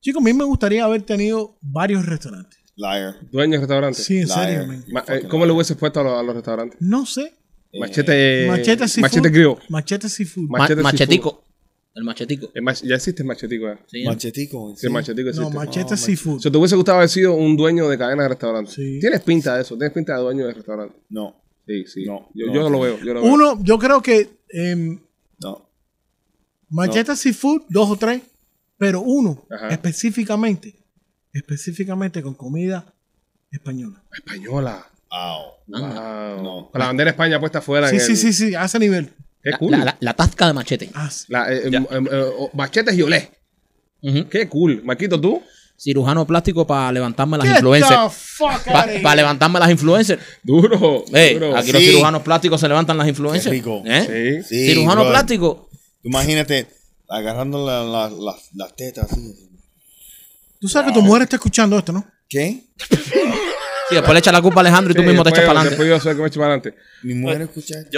E: Chico, a mí me gustaría haber tenido varios restaurantes.
D: Liar.
A: dueño de restaurante.
E: Sí, en
D: Liar.
E: serio, man.
A: Ma- eh, ¿Cómo le hubiese puesto a los, a los restaurantes?
E: No sé.
A: Machete.
E: Eh, machete Seafood.
A: Machete griego.
E: Machete Seafood.
B: Ma-
A: Machete
B: machetico. El machetico.
A: El mach- ya existe el machetico, ¿eh?
B: Sí.
D: Machetico.
A: Sí, el machetico existe.
E: no, Machete Seafood.
A: Si te hubiese gustado haber sido un dueño de cadena de restaurante.
E: Sí.
A: Tienes pinta de eso, tienes pinta de dueño de restaurante.
D: No,
A: Sí, sí.
D: No,
A: yo,
D: no.
A: yo lo veo, yo lo veo.
E: Uno, yo creo que em,
D: no.
E: Machete Seafood, dos o tres, pero uno
A: Ajá.
E: específicamente, específicamente con comida española.
A: Española.
D: Au.
A: Wow.
D: No.
A: Con la bandera de España puesta afuera.
E: Sí,
A: en
E: sí,
A: el-
E: sí, sí, a ese nivel.
A: Qué
B: La,
A: cool.
B: la- la- la tasca de machete.
E: Ah, sí.
A: La, eh,
C: Ya.
A: em, em, eh, oh, machetes y olé.
B: Ujú.
A: Qué cool. Maquito, tú.
B: Cirujano plástico para levantarme las
E: Get the
B: influencers.
E: fuck out of
B: Para
E: here.
B: levantarme las influencers.
A: Duro.
B: Ey,
A: duro.
B: aquí los
D: Sí.
B: cirujanos plásticos se levantan las influencias.
D: Qué rico.
B: ¿Eh?
A: Sí.
D: Sí,
B: Cirujano
D: brother.
B: plástico.
D: Tú Imagínate agarrando la- la- las- las tetas así.
E: Tú sabes que tu mujer está escuchando esto, ¿no?
D: ¿Qué?
B: Sí, después le echa la culpa a Alejandro y tú
A: Sí,
B: mismo te
A: después
B: echas
A: yo-
B: para adelante.
A: después yo soy el que me echo para adelante.
D: Mi mujer escucha esto.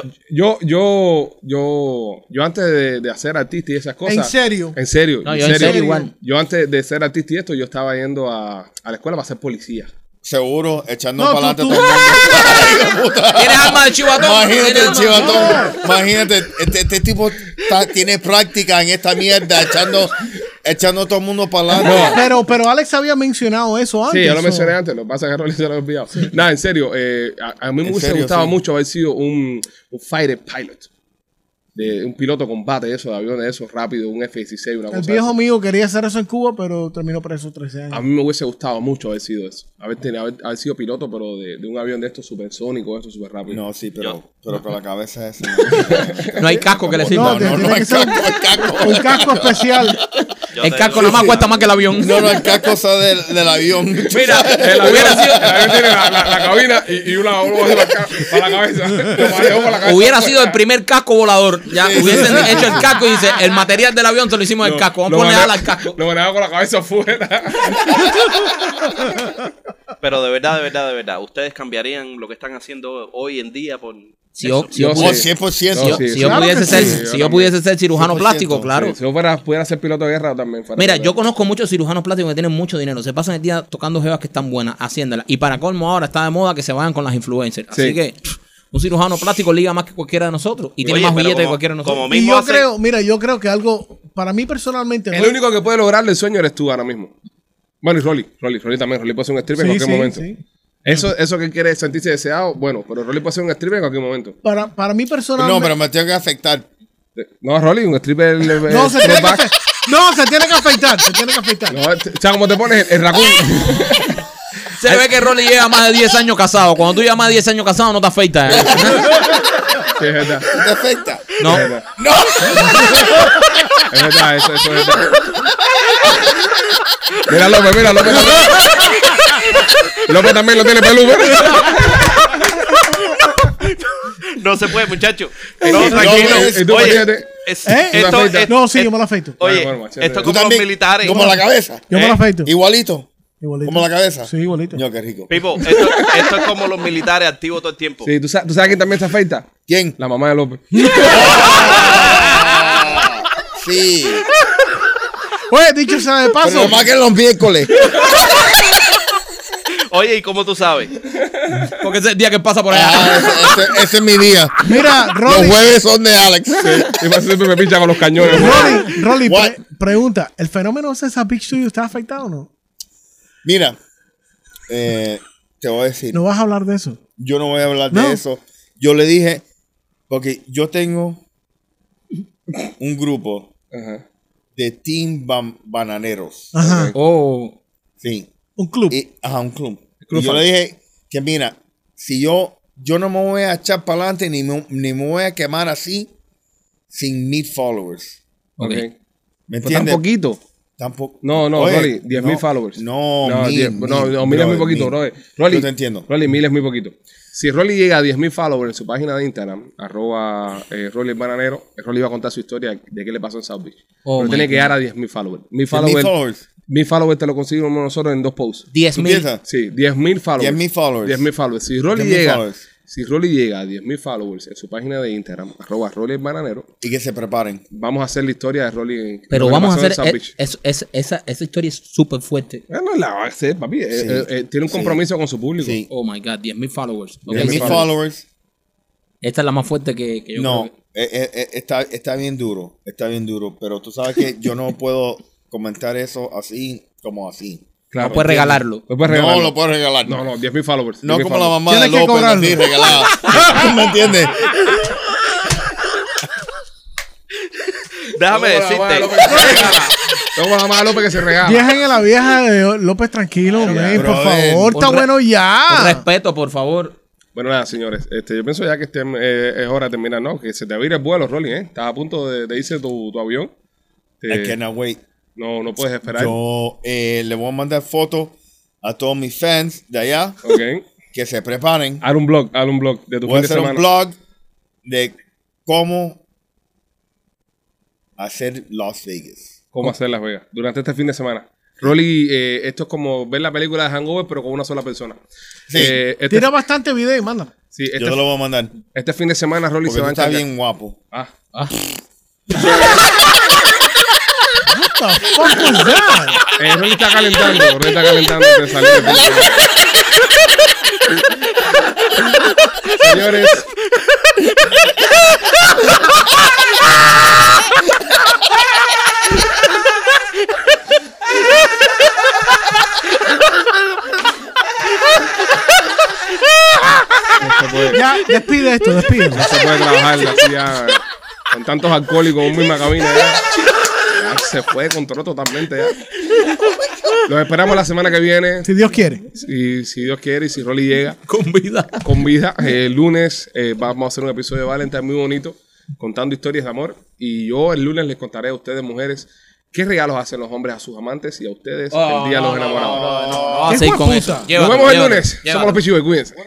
A: Yo,
C: Yo,
A: yo, yo, yo antes de, de hacer artista y esas cosas.
E: En serio.
A: En serio.
B: No, yo en serio igual.
A: Yo antes de ser artista y esto, yo estaba yendo a, a la escuela para ser policía.
D: Seguro echando
E: No,
D: para adelante
E: tú-
D: todo el mundo.
B: Tienes alma de chivatón.
D: Imagínate
B: tienes
D: el
B: alma-
D: chivatón. Imagínate, este, este tipo está- tiene práctica en esta mierda, echando, echando todo el mundo para adelante.
E: Pero, pero Alex había mencionado eso antes.
A: Sí, yo lo
E: ¿o?
A: mencioné antes, lo que pasa es que Rolly se lo he olvidado. Nada, en serio, eh, a, a mí me
D: En
A: hubiese
D: serio,
A: gustado
D: sí.
A: mucho haber sido un, un fighter pilot. De, un piloto de combate, eso, de aviones, eso, rápido, un F-16, una
E: El
A: cosa Ah,
E: viejo
A: así.
E: mío quería hacer eso en Cuba, pero terminó preso 13
A: A
E: años.
A: mí me hubiese gustado mucho haber sido eso. Haber, tenido- haber, haber sido piloto, pero de, de un avión de estos supersónicos, estos súper rápido.
D: No, sí, pero,
C: Yo-
D: pero con la cabeza es.
B: No hay casco que le sirva.
E: No, te-
D: No,
E: tiene
D: no,
E: que
D: el
E: ser un-
D: casco, el casco.
E: Un casco especial.
C: yo
B: el
C: te-
B: casco nada más cuesta más que el avión.
D: No, no, el casco sale del, del avión.
B: Mira,
A: El avión,
B: hubiera sido,
A: el avión tiene la, la- la cabina y, y una bolsa para la, ca- para la cabeza. Lo manejo para la cabeza.
B: hubiera sido el primer casco volador. Ya hubiesen hecho el casco y dice, el material del avión se lo hicimos el casco. Vamos a
A: Lo
B: ponerle
A: manejo-
B: ala al casco.
A: Lo manejaba con la cabeza afuera.
C: Pero de verdad, de verdad, de verdad, ¿ustedes cambiarían lo que están haciendo hoy en día por,
B: Si yo, si yo
A: Yo
D: Oh,
B: pudiese,
A: sí.
D: 100%.
A: No,
B: si yo-
A: sí,
B: si yo
A: claro
B: pudiese
A: que sí,
B: ser,
A: yo
B: si yo
A: también.
B: pudiese ser cirujano
D: 100%,
B: plástico, claro.
A: Sí, si yo fuera, pudiera ser piloto de guerra también. fuera
B: Mira,
A: de-
B: yo conozco muchos cirujanos plásticos que tienen mucho dinero. Se pasan el día tocando jevas que están buenas, haciéndolas. Y para colmo ahora está de moda que se vayan con las influencers. Así
A: Sí.
B: que pff, un cirujano plástico liga más que cualquiera de nosotros. Y tiene
C: Oye,
B: más
C: pero
B: billete que
C: como-
B: cualquiera de nosotros.
C: como
E: Y
C: mismo
E: yo
C: hace-
E: creo, mira, yo creo que algo, para mí personalmente,
A: El único que puede lograrle el sueño eres tú ahora mismo. Bueno, y Rolly, Rolly, Rolly también. Rolly puede ser un stripper en
E: Sí,
A: cualquier
E: sí,
A: momento.
E: sí.
A: Eso, eso que quiere sentirse deseado, bueno, pero Rolly puede ser un stripper en cualquier momento.
E: para, para mí
D: No,
E: personalmente.
D: pero me tengo que afectar.
A: No, Rolly, un stripper. eh,
E: No, se tiene que
A: throwback.
E: afe- no, se tiene que afeitar, se tiene que afeitar.
A: No, o sea, como te pones el, el raccoon.
B: Se ve que Rolly lleva más de 10 años casado. Cuando tú llevas más de 10 años casado, no te afeitas. ¿eh?
A: Sí, es verdad.
D: ¿Te afecta?
B: No.
A: Es verdad. Es verdad, eso, eso es verdad. Mira, López, mira, López también. López también lo tiene peludo.
C: No se puede, muchacho.
A: No,
C: No,
A: güey, y tú
C: tranquilo. Oye,
A: imagínate.
C: es-
E: ¿Eh?
C: esto,
A: Una
C: es-
E: No, sí,
C: es-
E: yo me lo afeito.
C: Oye,
A: Bueno, bueno, chévere.
C: esto es
D: ¿Tú
C: como los
D: también?
C: militares.
D: ¿Como la cabeza?
E: Yo me
C: ¿Eh?
E: lo afeito.
D: Igualito.
E: Igualito.
D: ¿Como la cabeza?
E: Sí, igualito.
D: Yo, qué rico.
C: Pipo, esto, esto es como los militares activos todo el tiempo.
A: Sí, ¿tú, sa- ¿tú sabes quién también se afeita?
D: ¿Quién?
A: La mamá de López.
D: Sí.
E: Oye, dicho sea de
D: Pero
E: paso,
D: lo más que los miércoles.
C: Oye, ¿y cómo tú sabes?
B: Porque ese es el día que pasa por allá.
D: Ah, ese, ese- ese es mi día.
E: mira,
D: Los
E: Rolly,
D: jueves son de Alex.
A: Y por eso siempre me pincha con los cañones. güey.
E: Rolly, Rolly,
D: What?
E: pre- pregunta, ¿el fenómeno de esa Big Studio está afectado o no?
D: Mira, eh, te voy a decir.
E: No vas a hablar de eso.
D: Yo no voy a hablar
E: No.
D: de eso. Yo le dije, porque yo tengo un grupo
A: Ajá.
D: de Team Ban- Bananeros.
E: Ajá.
B: Oh.
D: Sí.
E: Un club.
D: Y, ajá, un club.
A: club
D: Y yo
A: fan.
D: le dije que mira, si yo, yo no me voy a echar para adelante ni me, ni me voy a quemar así sin mil followers.
A: Ok.
B: Ok.
D: ¿Me
A: Pero tan
D: entiendes?
A: poquito.
D: Tampoco.
A: Pues No, no,
D: Oye,
A: Rolly, 10.000
D: no,
A: followers.
D: No,
A: no,
D: mil,
A: diez- no,
D: mil,
A: no, mil es muy
D: brother,
A: poquito,
D: mil.
A: brother. Rolly,
D: Yo te entiendo.
A: Rolly, mil es muy poquito. Si Rolly llega a 10.000 followers en su página de Instagram, arroba eh, Rolly el Bananero, eh, Rolly va a contar su historia de qué le pasó en South Beach.
B: Oh,
A: Pero
B: my
A: tiene que
B: God.
A: llegar a 10.000 followers. 1.000
D: Diez mil
A: followers,
D: followers.
A: 1.000 followers te lo conseguimos nosotros en dos posts.
B: 10
D: ¿Tú
B: mil.
D: piensas?
A: Sí, 10.000 followers.
D: 10.000 followers.
A: 10.000 followers. Si Rolly
D: 10.000
A: llega,
D: followers.
A: si Rolly llega a 10.000 followers en su página de Instagram, arroba Rolly el Bananero,
D: Y que se preparen.
A: vamos a hacer la historia de Rolly. lo que
B: Pero
A: le
B: vamos a
A: pasó en
B: hacer. e-
A: South
B: es-
A: Beach.
B: es- es- esa, esa historia es súper fuerte.
A: Eh, no la va a hacer, papi. Eh,
D: Sí.
A: eh, eh, tiene un compromiso con su público.
D: Sí.
B: Oh my God, 10 mil followers. Ok,
D: 10 mil
B: esta-
D: followers.
B: Esta es la más fuerte que, que yo
D: No,
B: creo que-
D: eh, eh, eh, está, está bien duro. Está bien duro. Pero tú sabes que yo no puedo comentar eso así como así.
A: Claro.
B: no puedes regalarlo.
A: Lo puedes regalar.
D: No lo puedo regalar.
A: No, no, 10.000 followers.
D: No
A: 10.000
D: como la
A: followers.
D: mamá de
E: Tienes que
D: López,
E: cobrarlo.
D: así regalada. ¿Me entiendes?
C: Déjame
A: No, la mamá de López
C: decirte.
A: que se regala. No como la mamá de López que se regala.
E: Vieja en la vieja de López, tranquilo, men, por
D: brother.
E: favor, está
B: Un re-
E: bueno
B: Con
E: ya.
B: respeto, por favor.
A: Bueno, nada, señores. Este, yo pienso ya que este, eh, es hora de terminar, ¿no? Que se te vire el vuelo, Rolly, ¿eh? Estás a punto de, de irse tu, tu avión. Te-
D: I cannot wait.
A: no, no puedes esperar.
D: Yo eh, le voy a mandar fotos a todos mis fans de allá
A: Ok.
D: que se preparen.
A: Haz un blog, haz un blog de tu
D: Voy a
A: Ah, fin de
D: hacer
A: semana.
D: un blog de cómo hacer Las Vegas.
A: ¿Cómo hacer Las Vegas? Durante este fin de semana. Rolly, eh, esto es como ver la película de Hangover, pero con una sola persona.
D: Sí.
A: Eh, este,
E: Tira bastante video y manda.
A: sí,
D: Yo
A: este,
D: te lo voy a mandar.
A: este fin de semana Rolly
D: Porque
A: se
D: tú
A: va a
D: estás
A: encargar.
D: bien guapo.
A: Ah,
E: What the fuck was that?
A: Eh, Rolly está calentando, Rolly está calentando antes de salir. Señores. No se puede,
E: Ya, despide esto, despide.
A: no se puede trabajar así ya, con tantos alcohólicos en una misma cabina. Ya, Ya se puede controlar totalmente. Ya. Los esperamos la semana que viene.
E: Si Dios quiere.
A: Si, si Dios quiere y si Rolly llega
B: Con vida.
A: con vida, eh, el lunes eh, vamos a hacer un episodio de Valentine muy bonito, contando historias de amor. Y yo el lunes les contaré a ustedes, mujeres, qué regalos hacen los hombres a sus amantes
B: Oh,
A: y a ustedes el día de los enamorados.
B: Vamos a
E: Qué
B: seguir Ah, con
E: hijueputa.
B: eso.
A: Nos vemos
B: Llévatelo,
A: el
B: llévatelo,
A: lunes. Somos
B: llévatelo.
A: los Pichibes, cuídense.